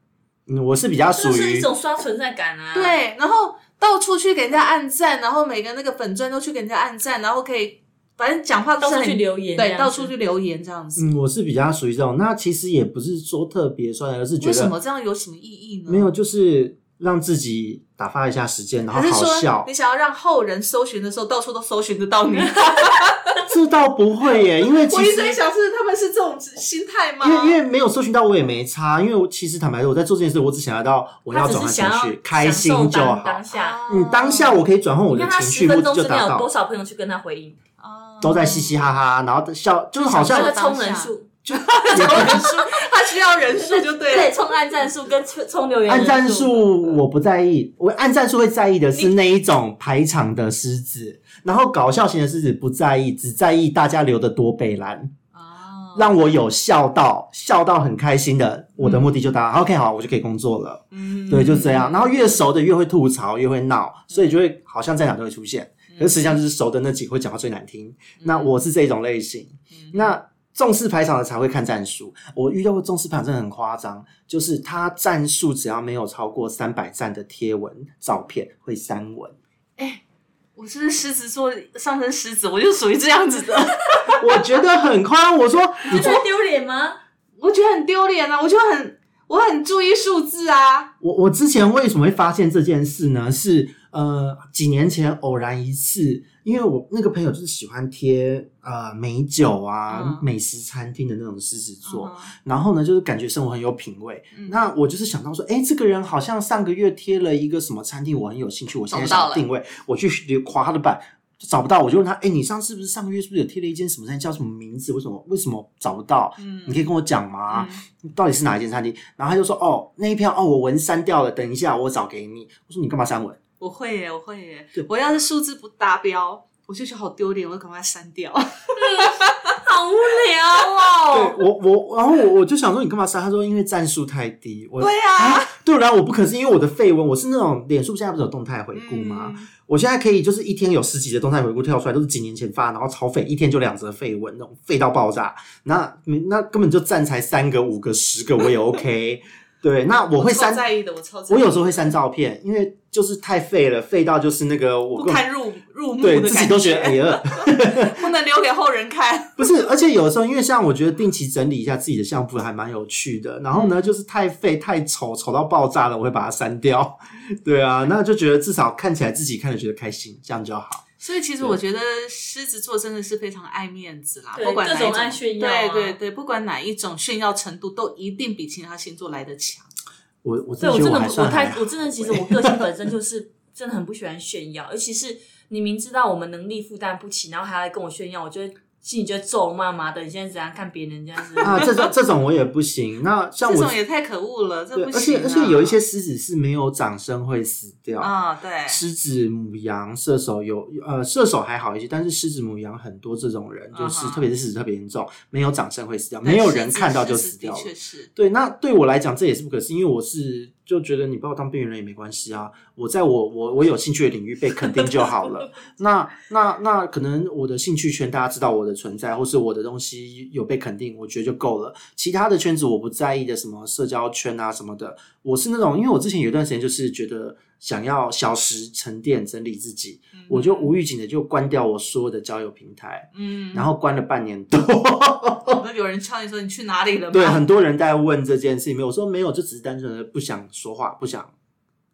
Speaker 4: 嗯，我是比较
Speaker 5: 这
Speaker 4: 属
Speaker 5: 是
Speaker 4: 于
Speaker 5: 一种刷存在感啊。，
Speaker 3: 对，然后到处去给人家按赞，然后每个那个粉钻都去给人家按赞，然后可以反正讲话就
Speaker 5: 到
Speaker 3: 是
Speaker 5: 处
Speaker 3: 很
Speaker 5: 去留言这样
Speaker 3: 对，
Speaker 5: 子，
Speaker 3: 到处去留言这样子。
Speaker 4: 嗯，我是比较属于这种。那其实也不是说特别酸，而是觉
Speaker 3: 为什么
Speaker 4: 得
Speaker 3: 这样有什么意义呢？
Speaker 4: 没有，就是让自己打发一下时间，然后
Speaker 3: 还是
Speaker 4: 好
Speaker 3: 说
Speaker 4: 笑
Speaker 3: 你。想要让后人搜寻的时候，到处都搜寻得到 你？
Speaker 4: 这倒不会 耶，因为其
Speaker 3: 我一直在
Speaker 4: 实
Speaker 3: 想是他们是这种心态吗？
Speaker 4: 因为因为没有搜寻到，我也没差。因为我其实坦白说，我在做这件事，我只想要到我
Speaker 5: 他
Speaker 4: 要
Speaker 5: 只是
Speaker 4: 转换情
Speaker 5: 想要
Speaker 4: 绪，开心
Speaker 5: 享受
Speaker 4: 就
Speaker 5: 当
Speaker 4: 好
Speaker 5: 当。下，
Speaker 4: 嗯，当下我可以转换我
Speaker 5: 你
Speaker 4: 的
Speaker 5: 看他
Speaker 4: 情
Speaker 5: 十
Speaker 4: 绪，
Speaker 5: 分
Speaker 4: 我
Speaker 5: 钟
Speaker 4: 就
Speaker 5: 之内
Speaker 4: 达
Speaker 5: 有多
Speaker 4: 到
Speaker 5: 少朋友去跟他回应？
Speaker 3: 哦
Speaker 4: 都在嘻嘻哈哈，然后笑，就是好
Speaker 5: 那
Speaker 4: 像
Speaker 5: 个冲人数，
Speaker 3: 人数，他需要人数就对了。
Speaker 5: 对，冲按赞数跟冲冲留言人
Speaker 4: 按战术我不在意，我按战术会在意的是那一种排场的狮子，然后搞笑型的狮子不在意，只在意大家留的多北蓝。
Speaker 3: 哦
Speaker 4: 让我有笑到笑到很开心的，我
Speaker 5: 嗯
Speaker 4: 的目的就达到。OK，好，我就可以工作了。
Speaker 3: 嗯
Speaker 4: 对，就这样。然后越熟的越会吐槽，越会闹，所以就会好像在哪都会出现。可是实际上就是熟的那几个会讲话最难听。那我是这种类型。那重视排场的才会看战术。我遇到过重视排场真的很夸张，就是他战术只要没有超过三百赞的贴文照片会删文。
Speaker 3: 我就是狮子座上升狮子，我就属于这样子的，
Speaker 4: 我觉得很夸张。我说你
Speaker 5: 这丢脸吗？
Speaker 3: 我觉得很丢脸啊，我就很我很注意数字啊，
Speaker 4: 我我之前为什么会发现这件事呢？是呃几年前偶然一次，因为我那个朋友就是喜欢贴呃美酒啊、
Speaker 3: 嗯
Speaker 4: 美食餐厅的那种狮子座，然后呢就是感觉生活很有品味。
Speaker 3: 嗯
Speaker 4: 那我就是想到说，哎，这个人好像上个月贴了一个什么餐厅，我很有兴趣，我现
Speaker 3: 找
Speaker 4: 在
Speaker 3: 不到
Speaker 4: 想
Speaker 3: 了
Speaker 4: 定位，我去划他的板。就找不到，我就问他，哎、你上次不是上个月是不是有贴了一间什么餐厅，叫什么名字？为什么为什么找不到？
Speaker 3: 嗯
Speaker 4: 你可以啊跟我讲吗？
Speaker 3: 嗯
Speaker 4: 到底是哪一间餐厅？然后他就说，哦，那一票哦，我文删掉了，等一下我找给你。我说你干嘛删文？
Speaker 3: 我会耶，我会耶
Speaker 4: 对，
Speaker 3: 我要是数字不达标，我就觉得好丢脸，我就赶快删掉。
Speaker 5: 好无聊哦。
Speaker 4: 对我我，然后我我就想说你干嘛删？他说因为战术太低。我
Speaker 3: 对啊，
Speaker 4: 对，然后我不可是因为我的绯闻，我是那种脸书现在不是有动态回顾
Speaker 3: 嗯
Speaker 4: 吗？我现在可以就是一天有十几的动态回顾跳出来，都是几年前发，然后超废，一天就两则绯闻，那种废到爆炸。那那根本就站才三个、五个、十个，我也 OK。对，那我
Speaker 3: 嗯我
Speaker 4: 会
Speaker 3: 超
Speaker 4: 删
Speaker 3: 在意的，我超在意
Speaker 4: 我有时候会删照片，因为就是太废了，废到就是那个我
Speaker 3: 不
Speaker 4: 根本
Speaker 3: 堪入入目的
Speaker 4: 对
Speaker 3: 感
Speaker 4: 自己都觉得哎呀，
Speaker 3: 不能留给后人看。
Speaker 4: 不是，而且有的时候因为像我觉得定期整理一下自己的相簿还蛮有趣的，然后呢就是太废太丑，丑到爆炸了，我会把它删掉。对啊，那就觉得至少看起来自己看着觉得开心，这样就好。
Speaker 3: 所以其实我觉得狮子座真的是非常爱面子啦，
Speaker 5: 对
Speaker 3: 不管哪一
Speaker 5: 各种爱炫耀啊
Speaker 3: 对对对，不管哪一种炫耀程度，都一定比其他星座来得强。
Speaker 4: 我我真
Speaker 5: 对
Speaker 4: 的
Speaker 5: 我
Speaker 4: 觉
Speaker 5: 真
Speaker 4: 得
Speaker 5: 的
Speaker 4: 还
Speaker 5: 不我
Speaker 4: 算还
Speaker 5: 太
Speaker 4: 好
Speaker 5: 我真的其实我个性本身就是真的很不喜欢炫耀，尤其是你明知道我们能力负担不起，然后还来跟我炫耀，我就会心里就会皱骂骂的。你现在怎样看别人这样子？
Speaker 4: 啊，这种这种我也不行。那像
Speaker 3: 这
Speaker 4: 我
Speaker 3: 种也太可恶了，这
Speaker 4: 对，
Speaker 3: 不
Speaker 4: 而
Speaker 3: 行
Speaker 4: 且
Speaker 3: 啊、
Speaker 4: 而且有一些狮子是没有掌声会死掉
Speaker 3: 啊、对，
Speaker 4: 狮子、母羊、射手有呃，射手还好一些，但是狮子、母羊很多这种人，就是、
Speaker 3: 嗯哼
Speaker 4: 特别是狮子特别严重，没有掌声会死掉，
Speaker 3: 对
Speaker 4: 没有
Speaker 3: 狮
Speaker 4: 人
Speaker 3: 子
Speaker 4: 看到
Speaker 3: 狮
Speaker 4: 就
Speaker 3: 子
Speaker 4: 死掉了
Speaker 3: 的。确是。
Speaker 4: 对，那对我来讲这也是不可思议，因为我是就觉得你把我当边缘人也没关系啊，我在我我我有兴趣的领域被肯定就好了。那那那可能我的兴趣圈大家知道我的存在，或是我的东西有被肯定，我觉得就够了。其他的圈子我不在意的，什么社交圈啊什么的，我是那种，因为我之前有一段时间就是觉得想要小时沉淀整理自己，我就无预警的就关掉我所有的交友平台，
Speaker 3: 嗯，
Speaker 4: 然后关了半年多。
Speaker 3: 后有人敲你说你去哪里了吗？
Speaker 4: 对，很多人在问这件事情，没有我说没有，就只是单纯的不想说话，不想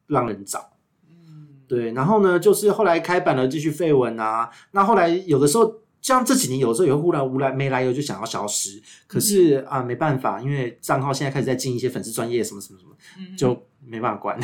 Speaker 4: 让人找。
Speaker 3: 嗯
Speaker 4: 对，然后呢，就是后来开版了，继续绯闻啊。那后来有的时候，像这几年，有的时候也会忽然无来没来由就想要消失，可是啊、没办法，因为账号现在开始在进一些粉丝专业什么什么什么，
Speaker 3: 嗯
Speaker 4: 就没办法 管。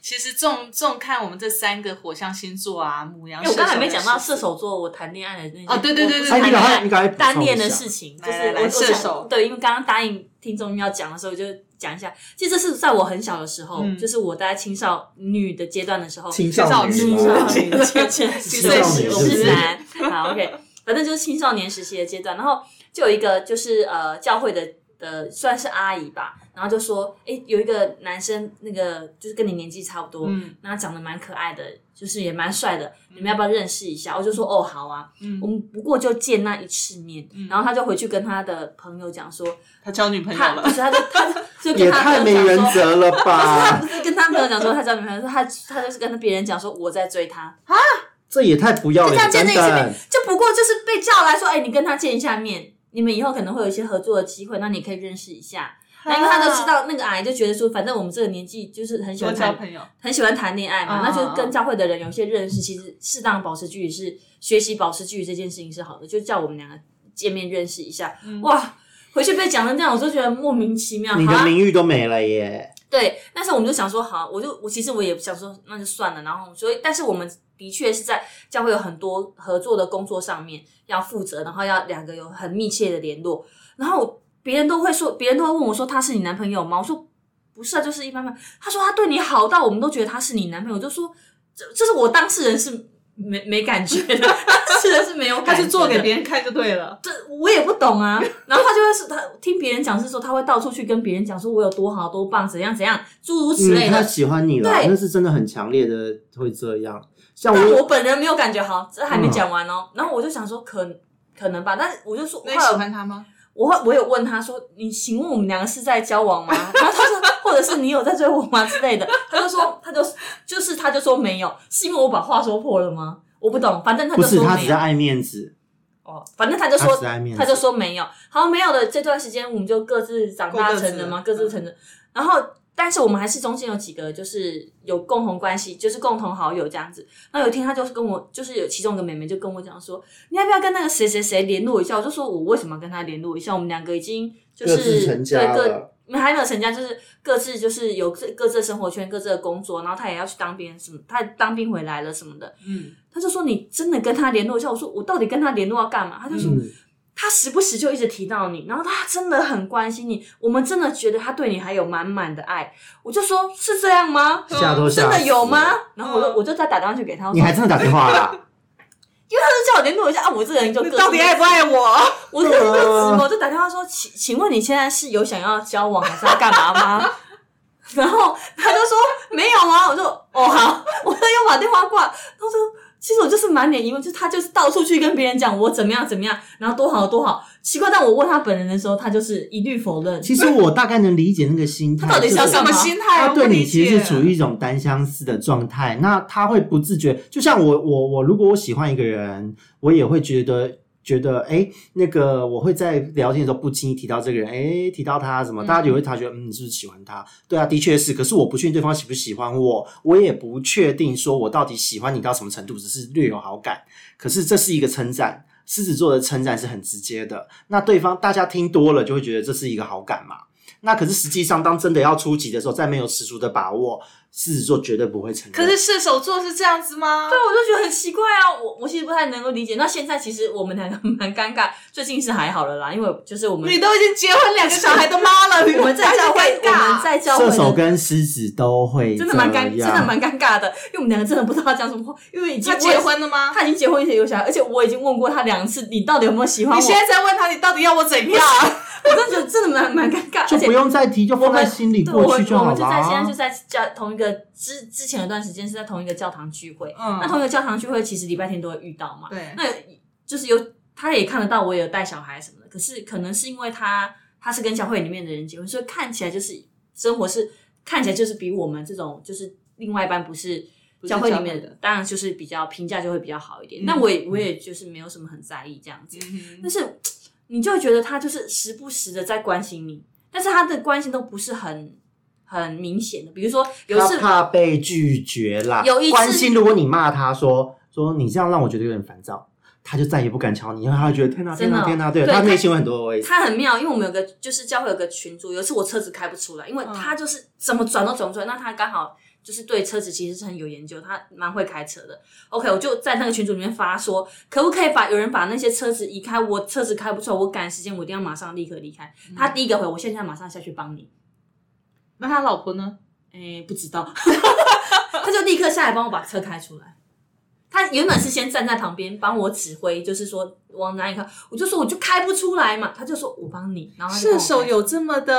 Speaker 3: 其实重重看我们这三个火象星座啊，母羊、
Speaker 5: 哎，我刚才
Speaker 3: 射手
Speaker 5: 没讲到
Speaker 3: 跟狮
Speaker 5: 射
Speaker 3: 子
Speaker 5: 手座，我谈恋爱的那些
Speaker 3: 哦对对对对
Speaker 5: 我谈
Speaker 3: 对
Speaker 4: 哎，你
Speaker 5: 恋
Speaker 4: 赶
Speaker 5: 爱
Speaker 4: 快，你赶快补充一下
Speaker 5: 单恋的事情，就是
Speaker 3: 来来来
Speaker 5: 我我
Speaker 3: 射
Speaker 5: 想
Speaker 3: 手
Speaker 5: 对，因为刚刚答应听众要讲的时候，我就讲一下，其实这是在我很小的时候，
Speaker 3: 嗯
Speaker 5: 就是我在青少女的阶段的时候，
Speaker 4: 青少年
Speaker 5: 青少 年的阶段，
Speaker 3: 几
Speaker 5: 十
Speaker 3: 岁
Speaker 4: 时
Speaker 5: 十三，好 OK，反正就是青少年时期的阶段，然后就有一个就是呃教会的的算是阿姨吧，然后就说，哎，有一个男生那个就是跟你年纪差不多，
Speaker 3: 嗯
Speaker 5: 那他长得蛮可爱的，就是也蛮帅的，你们要不要认识一下？我就说哦好啊，我
Speaker 3: 嗯，
Speaker 5: 们不过就见那一次面，然后他就回去跟他的朋友讲说，
Speaker 3: 他交女朋友
Speaker 5: 他
Speaker 3: 了
Speaker 5: 不，是他就他就就
Speaker 4: 也
Speaker 5: 跟他
Speaker 4: 太
Speaker 5: 朋
Speaker 4: 没啊
Speaker 5: 友
Speaker 4: 原
Speaker 5: 讲说，
Speaker 4: 则了
Speaker 5: 他
Speaker 4: 吧
Speaker 5: 不！是跟他朋友讲说他交女朋友，说他他就是跟别人讲说我在追他，
Speaker 4: 这也太不要
Speaker 5: 就这样
Speaker 4: 脸！
Speaker 5: 见
Speaker 4: 等
Speaker 5: 那一次面
Speaker 4: 等，，
Speaker 5: 就不过就是被叫来说，哎，你跟他见一下面，你们以后可能会有一些合作的机会，那你可以认识一下。那因为他都知道那个阿姨就觉得说，反正我们这个年纪就是很喜
Speaker 3: 多
Speaker 5: 欢
Speaker 3: 啊交
Speaker 5: 谈
Speaker 3: 朋友。
Speaker 5: 很喜欢谈恋爱嘛，
Speaker 3: 嗯
Speaker 5: 那就是跟教会的人有一些认识，其实适当保持距离是学习保持距离这件事情是好的，就叫我们两个见面认识一下。
Speaker 3: 嗯
Speaker 5: 哇，回去被讲成这样，我就觉得莫名其妙。啊
Speaker 4: 你的
Speaker 5: 哈
Speaker 4: 名誉都没了耶！
Speaker 5: 对，但是我们就想说，好，我就我其实我也想说，那就算了。然后所以，但是我们的确是在教会有很多合作的工作上面要负责，然后要两个有很密切的联络。然后别人都会说，别人都会问我说，他是你男朋友吗？我说不是啊，就是一般般。他说他对你好到我们都觉得他是你男朋友，我就说这这是我当事人是没没感觉的， 他吃的是没有感觉
Speaker 3: 他
Speaker 5: 的，
Speaker 3: 是做给别人看就对了。
Speaker 5: 这我也不懂啊。 然后他就会是他听别人讲是说，他会到处去跟别人讲说我有多好多棒，怎样怎样，诸如此类
Speaker 4: 嗯，
Speaker 5: 的。
Speaker 4: 他喜欢你了，
Speaker 5: 对
Speaker 4: 那是真的很强烈的会这样。像
Speaker 5: 但我
Speaker 4: 我，
Speaker 5: 本人没有感觉好，这还没讲完哦。然后我就想说可可能吧，但是我就说，
Speaker 3: 那你喜欢他 吗？
Speaker 5: 我会我有问他说，你请问我们两个是在交往吗？ 然后他说，或者是你有在追我吗之类的。他就说，他就就是他就说没有，是因为我把话说破了吗？我不懂，反正他
Speaker 4: 不
Speaker 5: 就是说
Speaker 4: 他
Speaker 5: 没
Speaker 4: 只是
Speaker 5: 有。
Speaker 4: 爱面子，
Speaker 5: 哦，反正他就
Speaker 4: 他
Speaker 5: 说
Speaker 4: 只爱面子，
Speaker 5: 他就说没有，好没有的这段时间，我们就各自长大
Speaker 3: 各自
Speaker 5: 成人嘛，
Speaker 3: 嗯
Speaker 5: 各自成人。然后，但是我们还是中间有几个就是有共同关系，就是共同好友这样子。那有一天，他就是跟我，就是有其中一个妹妹就跟我讲说，你要不要跟那个谁谁谁联络一下？我就说我为什么要跟他联络一下？我们两个已经就
Speaker 4: 各自
Speaker 5: 是
Speaker 4: 成家
Speaker 5: 对各
Speaker 4: 了。
Speaker 5: 还没有成家，就是各自就是有各各自的生活圈、各自的工作，然后他也要去当兵什么，他当兵回来了什么的，
Speaker 3: 嗯，
Speaker 5: 他就说你真的跟他联络一下。我说我到底跟他联络要干嘛？他就说、
Speaker 4: 嗯，
Speaker 5: 他时不时就一直提到你，然后他真的很关心你，我们真的觉得他对你还有满满的爱。我就说是这样吗？
Speaker 4: 吓都吓
Speaker 5: 真
Speaker 4: 死
Speaker 5: 的有吗
Speaker 4: 了？？
Speaker 5: 然后我
Speaker 3: 嗯
Speaker 5: 就我就再打电话去给他，我
Speaker 4: 你
Speaker 5: 说
Speaker 4: 还真的打电话 啦？
Speaker 5: 因为他就叫我联络一下啊，我这个人就
Speaker 3: 你
Speaker 5: 个
Speaker 3: 到底爱不爱 我？
Speaker 5: 我这个人就直我就打电话说，请请问你现在是有想要交往还是要干嘛吗？ 然后他就说没有啊，我就哦好， 我就又把电话挂。他说其实我就是满脸疑问，就是他就是到处去跟别人讲我怎么样怎么样，然后多好多好。奇怪，但我问他本人的时候，他就是一律否认。
Speaker 4: 其实我大概能理解那个心态，
Speaker 5: 他到底是要
Speaker 4: 就是
Speaker 5: 干
Speaker 3: 什
Speaker 5: 嘛
Speaker 3: 么心态？
Speaker 4: 他
Speaker 3: 我不
Speaker 4: 对你
Speaker 3: 理
Speaker 4: 其实
Speaker 3: 解。
Speaker 4: 是处于一种单相思的状态，那他会不自觉，就像我我我，如果我喜欢一个人，我也会觉得觉得哎、诶那个我会在聊天的时候不经意提到这个人，哎、提到他什么，大家就会察觉，嗯，你是不是喜欢他？对啊，的确是，可是我不确定对方喜不喜欢我，我也不确定说我到底喜欢你到什么程度，只是略有好感，可是这是一个称赞。狮子座的称赞是很直接的，那对方大家听多了就会觉得这是一个好感嘛。那可是实际上，当真的要出击的时候，再没有十足的把握，狮子座绝对不会成
Speaker 3: 可
Speaker 4: 功。
Speaker 3: 是射手座是这样子吗？
Speaker 5: 对，我就觉得很奇怪啊，我我其实不太能够理解。那现在其实我们两个蛮尴尬，最近是还好了啦，因为就是我们
Speaker 3: 你都已经结婚两个小孩的妈了，
Speaker 5: 我们在教会，
Speaker 3: 还是尴
Speaker 5: 我
Speaker 3: 尬
Speaker 5: 们在教会
Speaker 4: 射
Speaker 5: 的
Speaker 4: 手跟狮子都会
Speaker 5: 真的蛮尴，
Speaker 4: 这
Speaker 5: 真
Speaker 4: 样
Speaker 5: 的蛮尴尬的，因为我们两个真的不知道讲什么话，因为已经
Speaker 3: 他结，婚了吗？
Speaker 5: 他已经结婚，且有小孩，而且我已经问过他两次，你到底有没有喜欢我？
Speaker 3: 你现在在问他，你到底要我怎样？
Speaker 5: 我真的觉得真的蛮蛮尴尬，
Speaker 4: 就
Speaker 5: 而且
Speaker 4: 不用再提，就放在心里
Speaker 5: 对我
Speaker 4: 过去
Speaker 5: 们我
Speaker 4: 好
Speaker 5: 们就在现在
Speaker 4: 了啊
Speaker 5: 就。在教同一个之之前有段时间是在同一个教堂聚会，
Speaker 3: 嗯
Speaker 5: 那同一个教堂聚会其实礼拜天都会遇到嘛，
Speaker 3: 对，
Speaker 5: 那就是有他也看得到我有带小孩什么的，可是可能是因为他他是跟教会里面的人结婚，所以看起来就是生活是看起来就是比我们这种就是另外一半不是
Speaker 3: 不是
Speaker 5: 教会里
Speaker 3: 教会
Speaker 5: 面
Speaker 3: 的，
Speaker 5: 当然就是比较评价就会比较好一点。
Speaker 3: 嗯
Speaker 5: 那我也我也就是没有什么很在意这样子，但
Speaker 3: 嗯
Speaker 5: 是嘖你就会觉得他就是时不时的在关心你，但是他的关心都不是很很明显的，比如说有一次
Speaker 4: 他怕被拒绝啦。
Speaker 5: 有一次
Speaker 4: 关心，如果你骂他说说你这样让我觉得有点烦躁，他就再也不敢瞧你，因为他会觉得天哪天
Speaker 5: 真的
Speaker 4: 哪
Speaker 5: 哦
Speaker 4: 天哪，对
Speaker 5: 对
Speaker 4: 他
Speaker 5: 他
Speaker 4: 内心有很多 OS。
Speaker 5: 他很妙，因为我们有个就是教会有个群组，有一次我车子开不出来，因
Speaker 3: 嗯
Speaker 5: 为他就是怎么转都转不出来。那他刚好就是对车子其实是很有研究，他蛮会开车的。OK，我就在那个群组里面发说，可不可以把有人把那些车子移开？我车子开不出来，我赶时间，我一定要马上立刻离开。他第一个回，我现在马上下去帮你。
Speaker 3: 那他老婆呢？
Speaker 5: 哎，不知道， 他就立刻下来帮我把车开出来。他原本是先站在旁边帮我指挥，就是说往哪里开，我就说我就开不出来嘛，他就说我帮你，然后他就帮
Speaker 3: 射
Speaker 5: 我
Speaker 3: 手
Speaker 5: 开
Speaker 3: 有这么的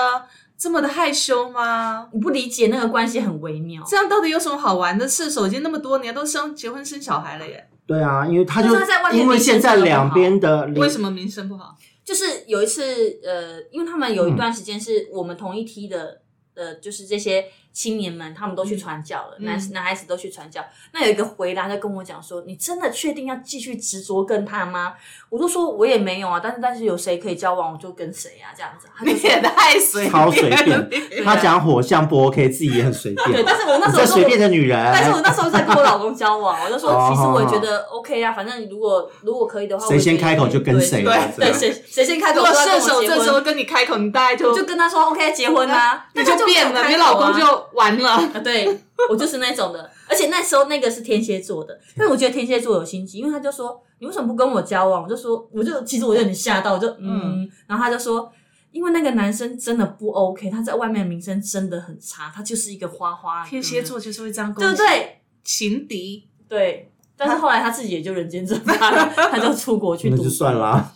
Speaker 3: 这么的害羞吗？
Speaker 5: 我不理解那个关系很微妙，
Speaker 3: 这样到底有什么好玩的？射手已经那么多年都生结婚生小孩了耶，
Speaker 4: 对啊，因为他就
Speaker 5: 就是他在外面
Speaker 4: 因为现在
Speaker 5: 名声
Speaker 4: 两边的
Speaker 3: 为什么名声不好？
Speaker 5: 就是有一次，呃，因为他们有一段时间是我们同一梯的，呃，就是这些青年们，他们都去传教了，
Speaker 3: 嗯
Speaker 5: 男男孩子都去传教。那有一个回答就跟我讲说：“你真的确定要继续执着跟他吗？”我就说：“我也没有啊，但是但是有谁可以交往，我就跟谁啊，这样子。”他就
Speaker 3: 你
Speaker 5: 说
Speaker 3: 也太随
Speaker 4: 超随
Speaker 3: 便了
Speaker 4: 便，他讲火象不 OK，自己也很随便。
Speaker 5: 对，但是我那时候
Speaker 4: 这
Speaker 5: 说
Speaker 4: 随便的女人，
Speaker 5: 但是我那时候在跟我老公交往，我就说
Speaker 4: 哦
Speaker 5: 其实我也觉得 OK 啊，反正如果如果可以的话，
Speaker 4: 谁先开口就跟谁
Speaker 5: 对
Speaker 4: 啊
Speaker 5: 对，
Speaker 4: 这样
Speaker 5: 对谁谁先开口
Speaker 3: 如果
Speaker 5: 就要跟
Speaker 3: 射
Speaker 5: 我
Speaker 3: 手
Speaker 5: 结
Speaker 3: 这
Speaker 5: 婚啊
Speaker 3: 时候跟你开口，你大概就
Speaker 5: 我就跟他说 OK 结婚啦、
Speaker 3: 你
Speaker 5: 那他
Speaker 3: 就
Speaker 5: 没
Speaker 3: 变
Speaker 5: 有
Speaker 3: 了，
Speaker 5: 开
Speaker 3: 你
Speaker 5: 口啊
Speaker 3: 老公就完了。
Speaker 5: 啊，对我就是那种的，而且那时候那个是天蝎座的，但我觉得天蝎座有心机，因为他就说你为什么不跟我交往？我就说我就其实我有点吓到，我就嗯，然后他就说。因为那个男生真的不 OK，他在外面的名声真的很差，他就是一个花花。
Speaker 3: 天蝎，座就是会这样攻
Speaker 5: 对
Speaker 3: 击，
Speaker 5: 不对？
Speaker 3: 情敌。
Speaker 5: 对，但是后来他自己也就人间蒸发 了，他就出国去
Speaker 4: 那
Speaker 5: 读
Speaker 4: 就
Speaker 5: 书
Speaker 4: 算。啦。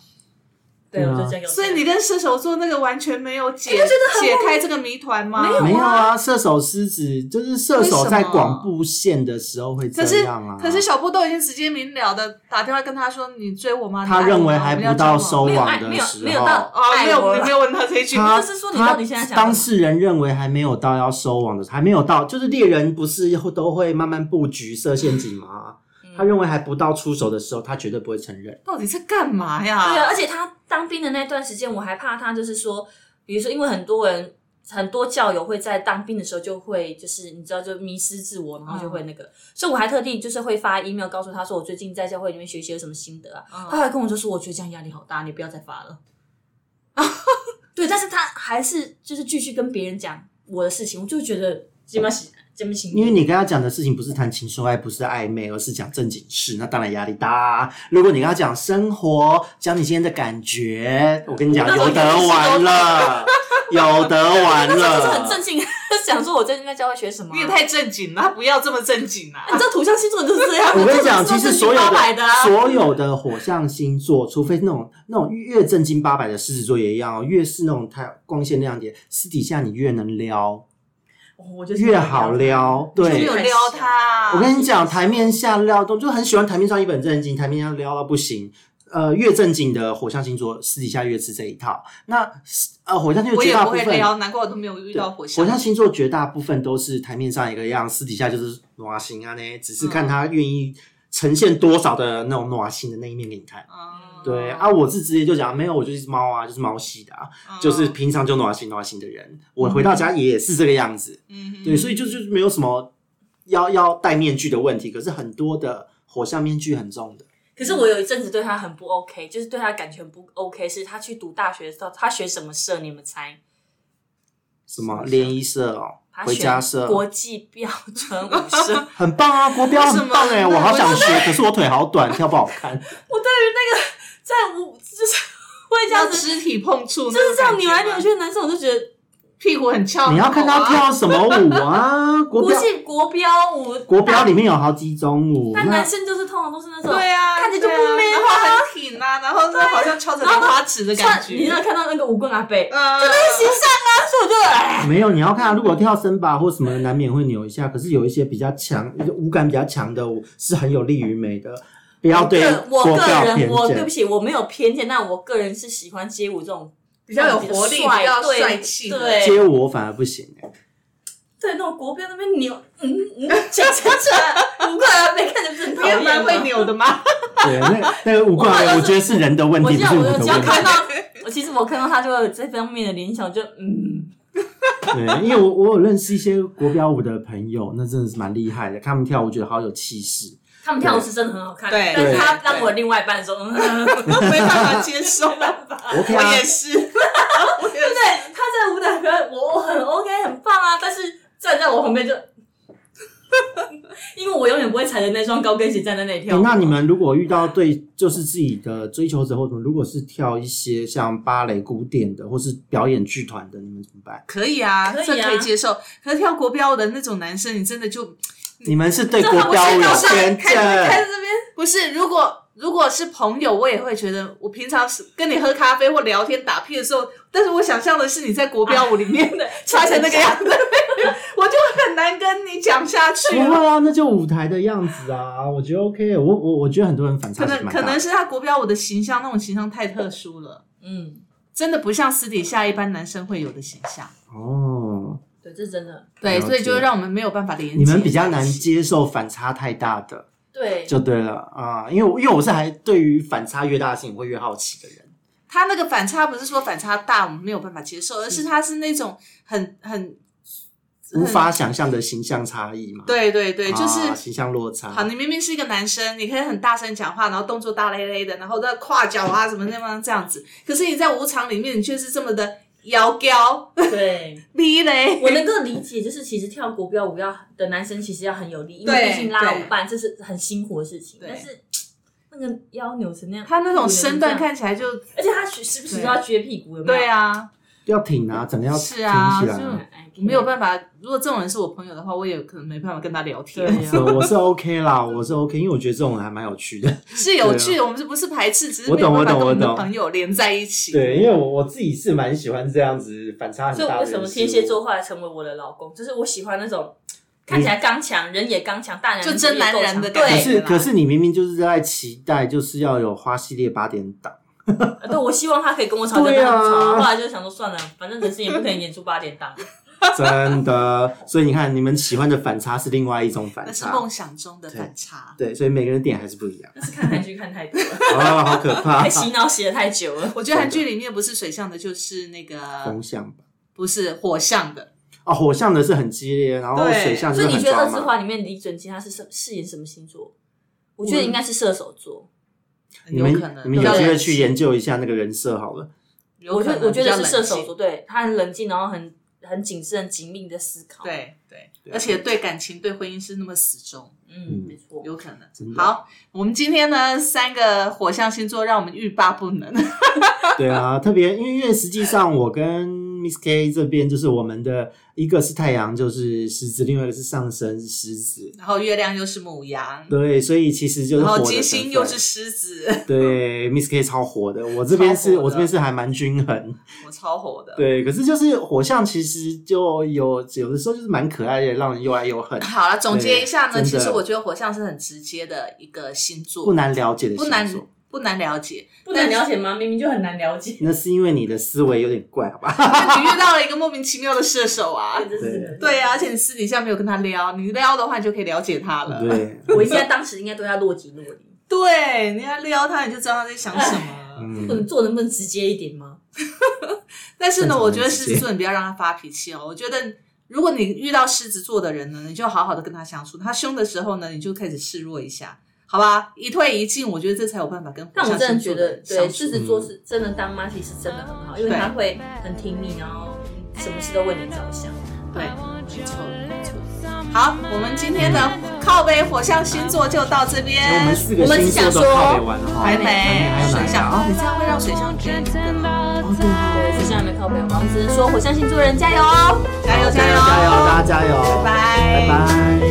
Speaker 5: 对，
Speaker 4: 对啊
Speaker 5: 我就这样有。
Speaker 3: 所以你跟射手座那个完全没有解解开这个谜团吗？
Speaker 4: 没有啊，射手狮子就是射手在
Speaker 3: 为什么
Speaker 4: 广布线的时候会这
Speaker 3: 可是
Speaker 4: 样啊。
Speaker 3: 可是小布都已经直接明了的打电话跟他说：“你追我吗？”
Speaker 4: 他
Speaker 3: 你爱我吗
Speaker 4: 认为还不到收
Speaker 5: 没有爱，
Speaker 4: 网
Speaker 5: 没
Speaker 4: 的
Speaker 5: 有没
Speaker 4: 时
Speaker 5: 有
Speaker 4: 候
Speaker 5: 到。
Speaker 3: 啊，没
Speaker 5: 爱我
Speaker 3: 有你没有问他这一句，
Speaker 4: 他
Speaker 5: 就是说你到底现在想
Speaker 4: 他当事人认为还没有到要收网的，还没有到，就是猎人不是都会慢慢布局设陷阱吗？他认为还不到出手的时候，他绝对不会承认。
Speaker 3: 到底在干嘛呀？
Speaker 5: 对啊，而且他当兵的那段时间，我还怕他就是说，比如说，因为很多人很多教友会在当兵的时候就会就是你知道就迷失自我，然后就会那个，
Speaker 4: 嗯
Speaker 5: 所以我还特地就是会发 email 告诉他说我最近在教会里面学习有什么心得啊，
Speaker 3: 嗯
Speaker 5: 他还跟我就说我觉得这样压力好大，你不要再发 了。对，但是他还是就是继续跟别人讲我的事情，我就觉得这么行，这么行，
Speaker 4: 因为你跟他讲的事情不是谈情说爱，不是暧昧，而是讲正经事，那当然压力大啊。如果你跟他讲生活，讲你今天的感觉，我跟你讲，
Speaker 5: 那时候
Speaker 4: 有得玩 了，有得玩
Speaker 5: 那时候就是很正
Speaker 4: 了。
Speaker 5: 经，想说我最近在教会学什么啊、
Speaker 3: 你也太正经了，他不要这么正经啊！
Speaker 5: 你知道土象星座就是这样，
Speaker 4: 我跟你讲，
Speaker 5: 这
Speaker 4: 其
Speaker 5: 种
Speaker 4: 实
Speaker 5: 是
Speaker 4: 所有
Speaker 5: 正经八百
Speaker 4: 的
Speaker 5: 的、啊，
Speaker 4: 所有的火象星座，除非那种那种越正经八百的狮子座也一样哦，越是那种太光鲜亮点，私底下你越能撩，
Speaker 5: 哦我就是
Speaker 4: 越好撩。
Speaker 5: 你
Speaker 3: 你
Speaker 5: 就
Speaker 4: 对
Speaker 3: 有，撩他，
Speaker 4: 我跟你讲，台面下撩动，就很喜欢台面上一本正经，台面下撩到不行。呃，越正经的火象星座，私底下越吃这一套。那呃，火象星座
Speaker 3: 我
Speaker 4: 绝
Speaker 3: 也
Speaker 4: 大
Speaker 3: 不
Speaker 4: 部
Speaker 3: 会
Speaker 4: 分，
Speaker 3: 撩，难怪我都没有遇
Speaker 4: 对
Speaker 3: 到火
Speaker 4: 火象星座绝大部分都是台面上一个样，私底下就是暖心啊呢，只是看他
Speaker 3: 嗯
Speaker 4: 愿意呈现多少的那种暖心的那一面给你看。
Speaker 3: 嗯
Speaker 4: 对啊，我是直接就讲没有，我就是猫啊，就是猫系的啊，
Speaker 3: 嗯
Speaker 4: 就是平常就暖心暖心的人。我回到家也是这个样子。
Speaker 3: 嗯
Speaker 4: 对，所以就就是没有什么要要戴面具的问题，可是很多的火象面具很重的。
Speaker 5: 可是我有一阵子对他很不 OK，就是对他感觉很不 OK，是他去读大学的时候，他学什么社？你们猜？
Speaker 4: 什
Speaker 5: 啊
Speaker 4: 么联谊社哦
Speaker 5: 他，
Speaker 4: 回家
Speaker 5: 选
Speaker 4: 社，
Speaker 5: 国际标准舞社。
Speaker 4: 很棒啊，国标很棒哎、
Speaker 3: 为什么
Speaker 4: 我好想学，可是我腿好短，跳不好 看。
Speaker 5: 我对于那个在舞就是会这样
Speaker 3: 要
Speaker 5: 子，
Speaker 3: 肢体碰触，
Speaker 5: 就是这样扭来扭，去的男生，我就觉得
Speaker 3: 屁股很翘，
Speaker 4: 你要看他
Speaker 3: 好啊，
Speaker 4: 跳什么舞啊？国
Speaker 5: 不
Speaker 4: 标
Speaker 5: 是国标舞，
Speaker 4: 国标里面有好几种舞，
Speaker 5: 但
Speaker 4: 那
Speaker 5: 男生就是通常都是那种
Speaker 3: 对啊，
Speaker 5: 看着就不
Speaker 3: 对啊
Speaker 5: man
Speaker 3: 然
Speaker 5: 啊
Speaker 3: 后很挺啊，然后好像敲着
Speaker 5: 然
Speaker 3: 兰
Speaker 5: 后
Speaker 3: 花指的感
Speaker 5: 像
Speaker 3: 觉，
Speaker 5: 你那看到那个舞棍阿贝，
Speaker 3: 嗯，
Speaker 5: 形象啊，所以我就哎，
Speaker 4: 没有，你要看啊、如果跳森巴或什么，难免会扭一下。可是有一些比较强、舞感比较强的舞，是很有利于美的。不要对
Speaker 5: 我
Speaker 4: 国
Speaker 5: 个
Speaker 4: 标有
Speaker 5: 人，
Speaker 4: 偏
Speaker 5: 我对
Speaker 4: 见
Speaker 5: 不。起，我没有偏见，但我个人是喜欢街舞这种
Speaker 3: 比较有活力，比较
Speaker 5: 对
Speaker 3: 帅气的，
Speaker 5: 对
Speaker 4: 街舞我反而不行、欸，
Speaker 5: 对，那种国标那边扭，嗯嗯，这这这，五个人没看着不是很讨
Speaker 3: 你也
Speaker 5: 厌
Speaker 3: 蛮
Speaker 5: 吗？
Speaker 3: 会扭的 嘛，
Speaker 4: 对，那那个五官
Speaker 5: 我好像，是
Speaker 4: 我觉得是人的问
Speaker 5: 我
Speaker 4: 题，
Speaker 5: 知道，
Speaker 4: 不是
Speaker 5: 我
Speaker 4: 舞
Speaker 5: 有
Speaker 4: 的
Speaker 5: 只要
Speaker 4: 问
Speaker 5: 看
Speaker 4: 题。
Speaker 5: 到，我其实我看到他就会有这方面的联想，我就嗯，
Speaker 4: 对，因为我我有认识一些国标舞的朋友，那真的是蛮厉害的，看他们跳舞觉得好有气 势。
Speaker 5: 他们跳舞是真的很好看，
Speaker 3: 对
Speaker 5: 但是他
Speaker 3: 对
Speaker 5: 让我另外一半说， 嗯，对，
Speaker 3: 没办法接 受，我
Speaker 4: OK 啊，
Speaker 3: 也是，我也是
Speaker 5: 他在舞蹈表演我我很 OK 很棒啊，但是站在我旁边就， 因为我永远不会踩着那双高跟鞋站在那里跳
Speaker 4: 诶
Speaker 5: 舞。
Speaker 4: 那你们如果遇到对就是自己的追求者或什么，如果是跳一些像芭蕾、古典的，或是表演剧团的，你们怎么办？
Speaker 3: 可以啊，
Speaker 5: 可以啊
Speaker 3: 这可以接受，可是跳国标的那种男生，你真的就
Speaker 4: 你们是对
Speaker 5: 这
Speaker 4: 国
Speaker 5: 好
Speaker 4: 标舞有
Speaker 5: 像
Speaker 4: 偏
Speaker 3: 开
Speaker 4: 见？
Speaker 3: 始这边不是，如果如果是朋友，我也会觉得，我平常是跟你喝咖啡或聊天打屁的时候，但是我想象的是你在国标舞里面 的穿成那个样子，我就很难跟你讲下去
Speaker 4: 不。会啊，那就舞台的样子啊，我觉得 OK。我我我觉得很多人反
Speaker 3: 可
Speaker 4: 差是
Speaker 3: 能
Speaker 4: 蛮
Speaker 3: 可
Speaker 4: 大
Speaker 3: 能
Speaker 4: 的。
Speaker 3: 是他国标舞的形象，那种形象太特殊了，
Speaker 5: 嗯，
Speaker 3: 真的不像私底下一般男生会有的形象。
Speaker 4: 哦，
Speaker 5: 对，这是真的，
Speaker 3: 对，
Speaker 4: 了解
Speaker 3: 所以就让我们没有办法连接。
Speaker 4: 你们比较难接受反差太大的。
Speaker 5: 对，
Speaker 4: 就对了啊、因为我因为我是还对于反差越大的事情我会越好奇的人，
Speaker 3: 他那个反差不是说反差大我们没有办法接受，而是他是那种很很
Speaker 4: 嗯无法想象的形象差异嘛，
Speaker 3: 对对对，就是
Speaker 4: 啊、形象落差
Speaker 3: 好，。你明明是一个男生，你可以很大声讲话，然后动作大咧咧的，然后在跨脚啊什么那么这样子。可是你在舞场里面，你却是这么的摇 高
Speaker 5: 对。
Speaker 3: 逼嘞。
Speaker 5: 我能够理解，就是其实跳国标舞要的男生其实要很有力，因
Speaker 3: 对
Speaker 5: 为毕竟拉舞伴这是很辛苦的事情。
Speaker 3: 对
Speaker 5: 但是那个腰扭成那样，
Speaker 3: 他那种身段
Speaker 5: 看，
Speaker 3: 看起来就
Speaker 5: 而且他时时不时都要撅屁股，有没有？哎
Speaker 3: 对啊，
Speaker 4: 要挺啊，整个要挺起
Speaker 3: 是啊
Speaker 4: 来
Speaker 3: 就
Speaker 4: 啊。
Speaker 3: 我没有办法，如果这种人是我朋友的话，我也可能没办法跟他聊天。
Speaker 5: 对
Speaker 4: 呃
Speaker 5: 啊，
Speaker 4: 我是 OK 啦，我是 OK，因为我觉得这种人还蛮有趣的。
Speaker 3: 是有趣的，我们是不是排斥？只是
Speaker 4: 啊我
Speaker 3: 没有
Speaker 4: 懂
Speaker 3: 办法
Speaker 4: 我懂
Speaker 3: 跟我们
Speaker 4: 我
Speaker 3: 的
Speaker 4: 懂
Speaker 3: 朋友连在一起。
Speaker 4: 对，因为我我自己是蛮喜欢这样子反差很
Speaker 5: 所以
Speaker 4: 大的
Speaker 5: 为
Speaker 4: 人事物。
Speaker 5: 什么天蝎座后来成为我的老公？就是我喜欢那种看起来刚强，人也刚强，大男人
Speaker 3: 就真男人的
Speaker 5: 也够
Speaker 4: 可
Speaker 5: 强
Speaker 3: 感觉
Speaker 4: 是
Speaker 3: 对啦
Speaker 4: 可是你明明就是在期待，就是要有花系列八点 档，
Speaker 5: 对，对我希望他可以跟我吵，但
Speaker 4: 对
Speaker 5: 他
Speaker 4: 啊
Speaker 5: 不吵。后来就想说算了，反正人生也不可能演出八点档。
Speaker 4: 真的。所以你看，你们喜欢的反差是另外一种反
Speaker 3: 那是
Speaker 4: 差。
Speaker 3: 梦想中的反差。
Speaker 4: 对，所以每个人点还是不 一样
Speaker 5: 但是看韩剧看太多 了，
Speaker 4: 啊、好可怕
Speaker 5: 被！洗脑洗的太久了。
Speaker 3: 我觉得韩剧里面不是水象的，就是那个
Speaker 4: 风向吧，
Speaker 3: 不是火象的，
Speaker 4: 哦，火象的是很激烈，然后
Speaker 3: 对
Speaker 4: 水象就
Speaker 5: 所以
Speaker 4: 是
Speaker 5: 你
Speaker 4: 很
Speaker 5: 觉得《
Speaker 4: 抓
Speaker 5: 二字
Speaker 4: 嘛。
Speaker 5: 花》里面李准基他是什饰演什么星座？我觉得应该是射手
Speaker 3: 嗯
Speaker 5: 座。
Speaker 4: 你
Speaker 3: 有
Speaker 4: 们
Speaker 3: 可能
Speaker 4: 你们有机会去
Speaker 3: 演，
Speaker 4: 研究一下那个人设好 了。
Speaker 3: 有
Speaker 5: 我觉
Speaker 3: 可
Speaker 5: 得
Speaker 3: 能
Speaker 5: 我觉
Speaker 3: 比
Speaker 5: 得
Speaker 3: 较
Speaker 5: 是
Speaker 3: 冷
Speaker 5: 射手
Speaker 3: 静
Speaker 5: 座，对他很冷静，然后很很谨慎、紧密的思考。，
Speaker 3: 对对，
Speaker 4: 对啊
Speaker 3: 而且对感情、对婚姻是那么死忠，
Speaker 5: 嗯
Speaker 4: 嗯，
Speaker 5: 没错。
Speaker 3: 有可能
Speaker 4: 真。的
Speaker 3: 好，我们今天呢，三个火象星座让我们欲罢不能。
Speaker 4: 对啊，特别因为因为实际上我跟 Miss K 这边就是我们的一个是太阳就是狮子，另外一个是上升是狮子。
Speaker 3: 然后月亮又是母羊，
Speaker 4: 对，所以其实就是
Speaker 3: 然后
Speaker 4: 火的
Speaker 3: 金
Speaker 4: 成
Speaker 3: 星又
Speaker 4: 分
Speaker 3: 是狮子，
Speaker 4: 对，Miss K 超火的，我这边
Speaker 3: 超火
Speaker 4: 是
Speaker 3: 的
Speaker 4: 我这边是还蛮均衡，
Speaker 3: 我超火的。
Speaker 4: 对，可是就是火象其实就有有的时候就是蛮可爱的，让人又爱 又恨，
Speaker 3: 好了，总结一下呢，
Speaker 4: 对真的
Speaker 3: 其实我觉得火象是很直接的一个星座，
Speaker 4: 不难了解的
Speaker 3: 不
Speaker 4: 星
Speaker 3: 难
Speaker 4: 座。
Speaker 3: 不难了解。
Speaker 5: 不难了解吗？明明就很难了 解。
Speaker 4: 那是因为你的思维有点怪，好吧？
Speaker 3: 那你遇到了一个莫名其妙的射手啊，
Speaker 5: 真是
Speaker 3: 对啊，而且你私底下没有跟他撩，你撩的话，你就可以了解他了。
Speaker 4: 对，
Speaker 5: 我现在当时应该对他若即若离。
Speaker 3: 对，你要撩他，你就知道他在想什么。
Speaker 5: 不能
Speaker 4: 嗯，
Speaker 5: 做能不能直接一点吗？
Speaker 3: 但是
Speaker 4: 正
Speaker 3: 呢，
Speaker 4: 常
Speaker 3: 我觉得
Speaker 4: 人
Speaker 3: 狮
Speaker 4: 直
Speaker 3: 子
Speaker 4: 接
Speaker 3: 座你不要让他发脾气哦。我觉得如果你遇到狮子座的人呢，你就好好的跟他相处。他凶的时候呢，你就开始示弱一下，好吧？一退一进，我觉得这才有办法跟火
Speaker 5: 但我
Speaker 3: 象
Speaker 5: 真的
Speaker 3: 星
Speaker 5: 觉
Speaker 3: 座
Speaker 5: 得，
Speaker 3: 人
Speaker 5: 对
Speaker 3: 相
Speaker 5: 狮
Speaker 3: 处。
Speaker 5: 子
Speaker 4: 嗯
Speaker 5: 座是真的当妈咪是真的很好，因为他会很听你，然后什么事都为你着想。
Speaker 3: 对，没错没错。好，我们今天的靠背火象星座就到这边
Speaker 4: 那。我们四个
Speaker 5: 我们
Speaker 4: 星
Speaker 5: 只想
Speaker 4: 座都
Speaker 5: 说
Speaker 4: 靠北完了哈，
Speaker 3: 还没
Speaker 4: 还有哪
Speaker 3: 水
Speaker 4: 一个
Speaker 3: 象
Speaker 4: 啊哦
Speaker 3: 哦，你这样会让水象偏离的。
Speaker 5: 对，火象还没靠背，我们只能说火象星座人加油哦！
Speaker 3: 加油
Speaker 4: 加油加油，大家加油，
Speaker 3: 拜
Speaker 4: 拜拜。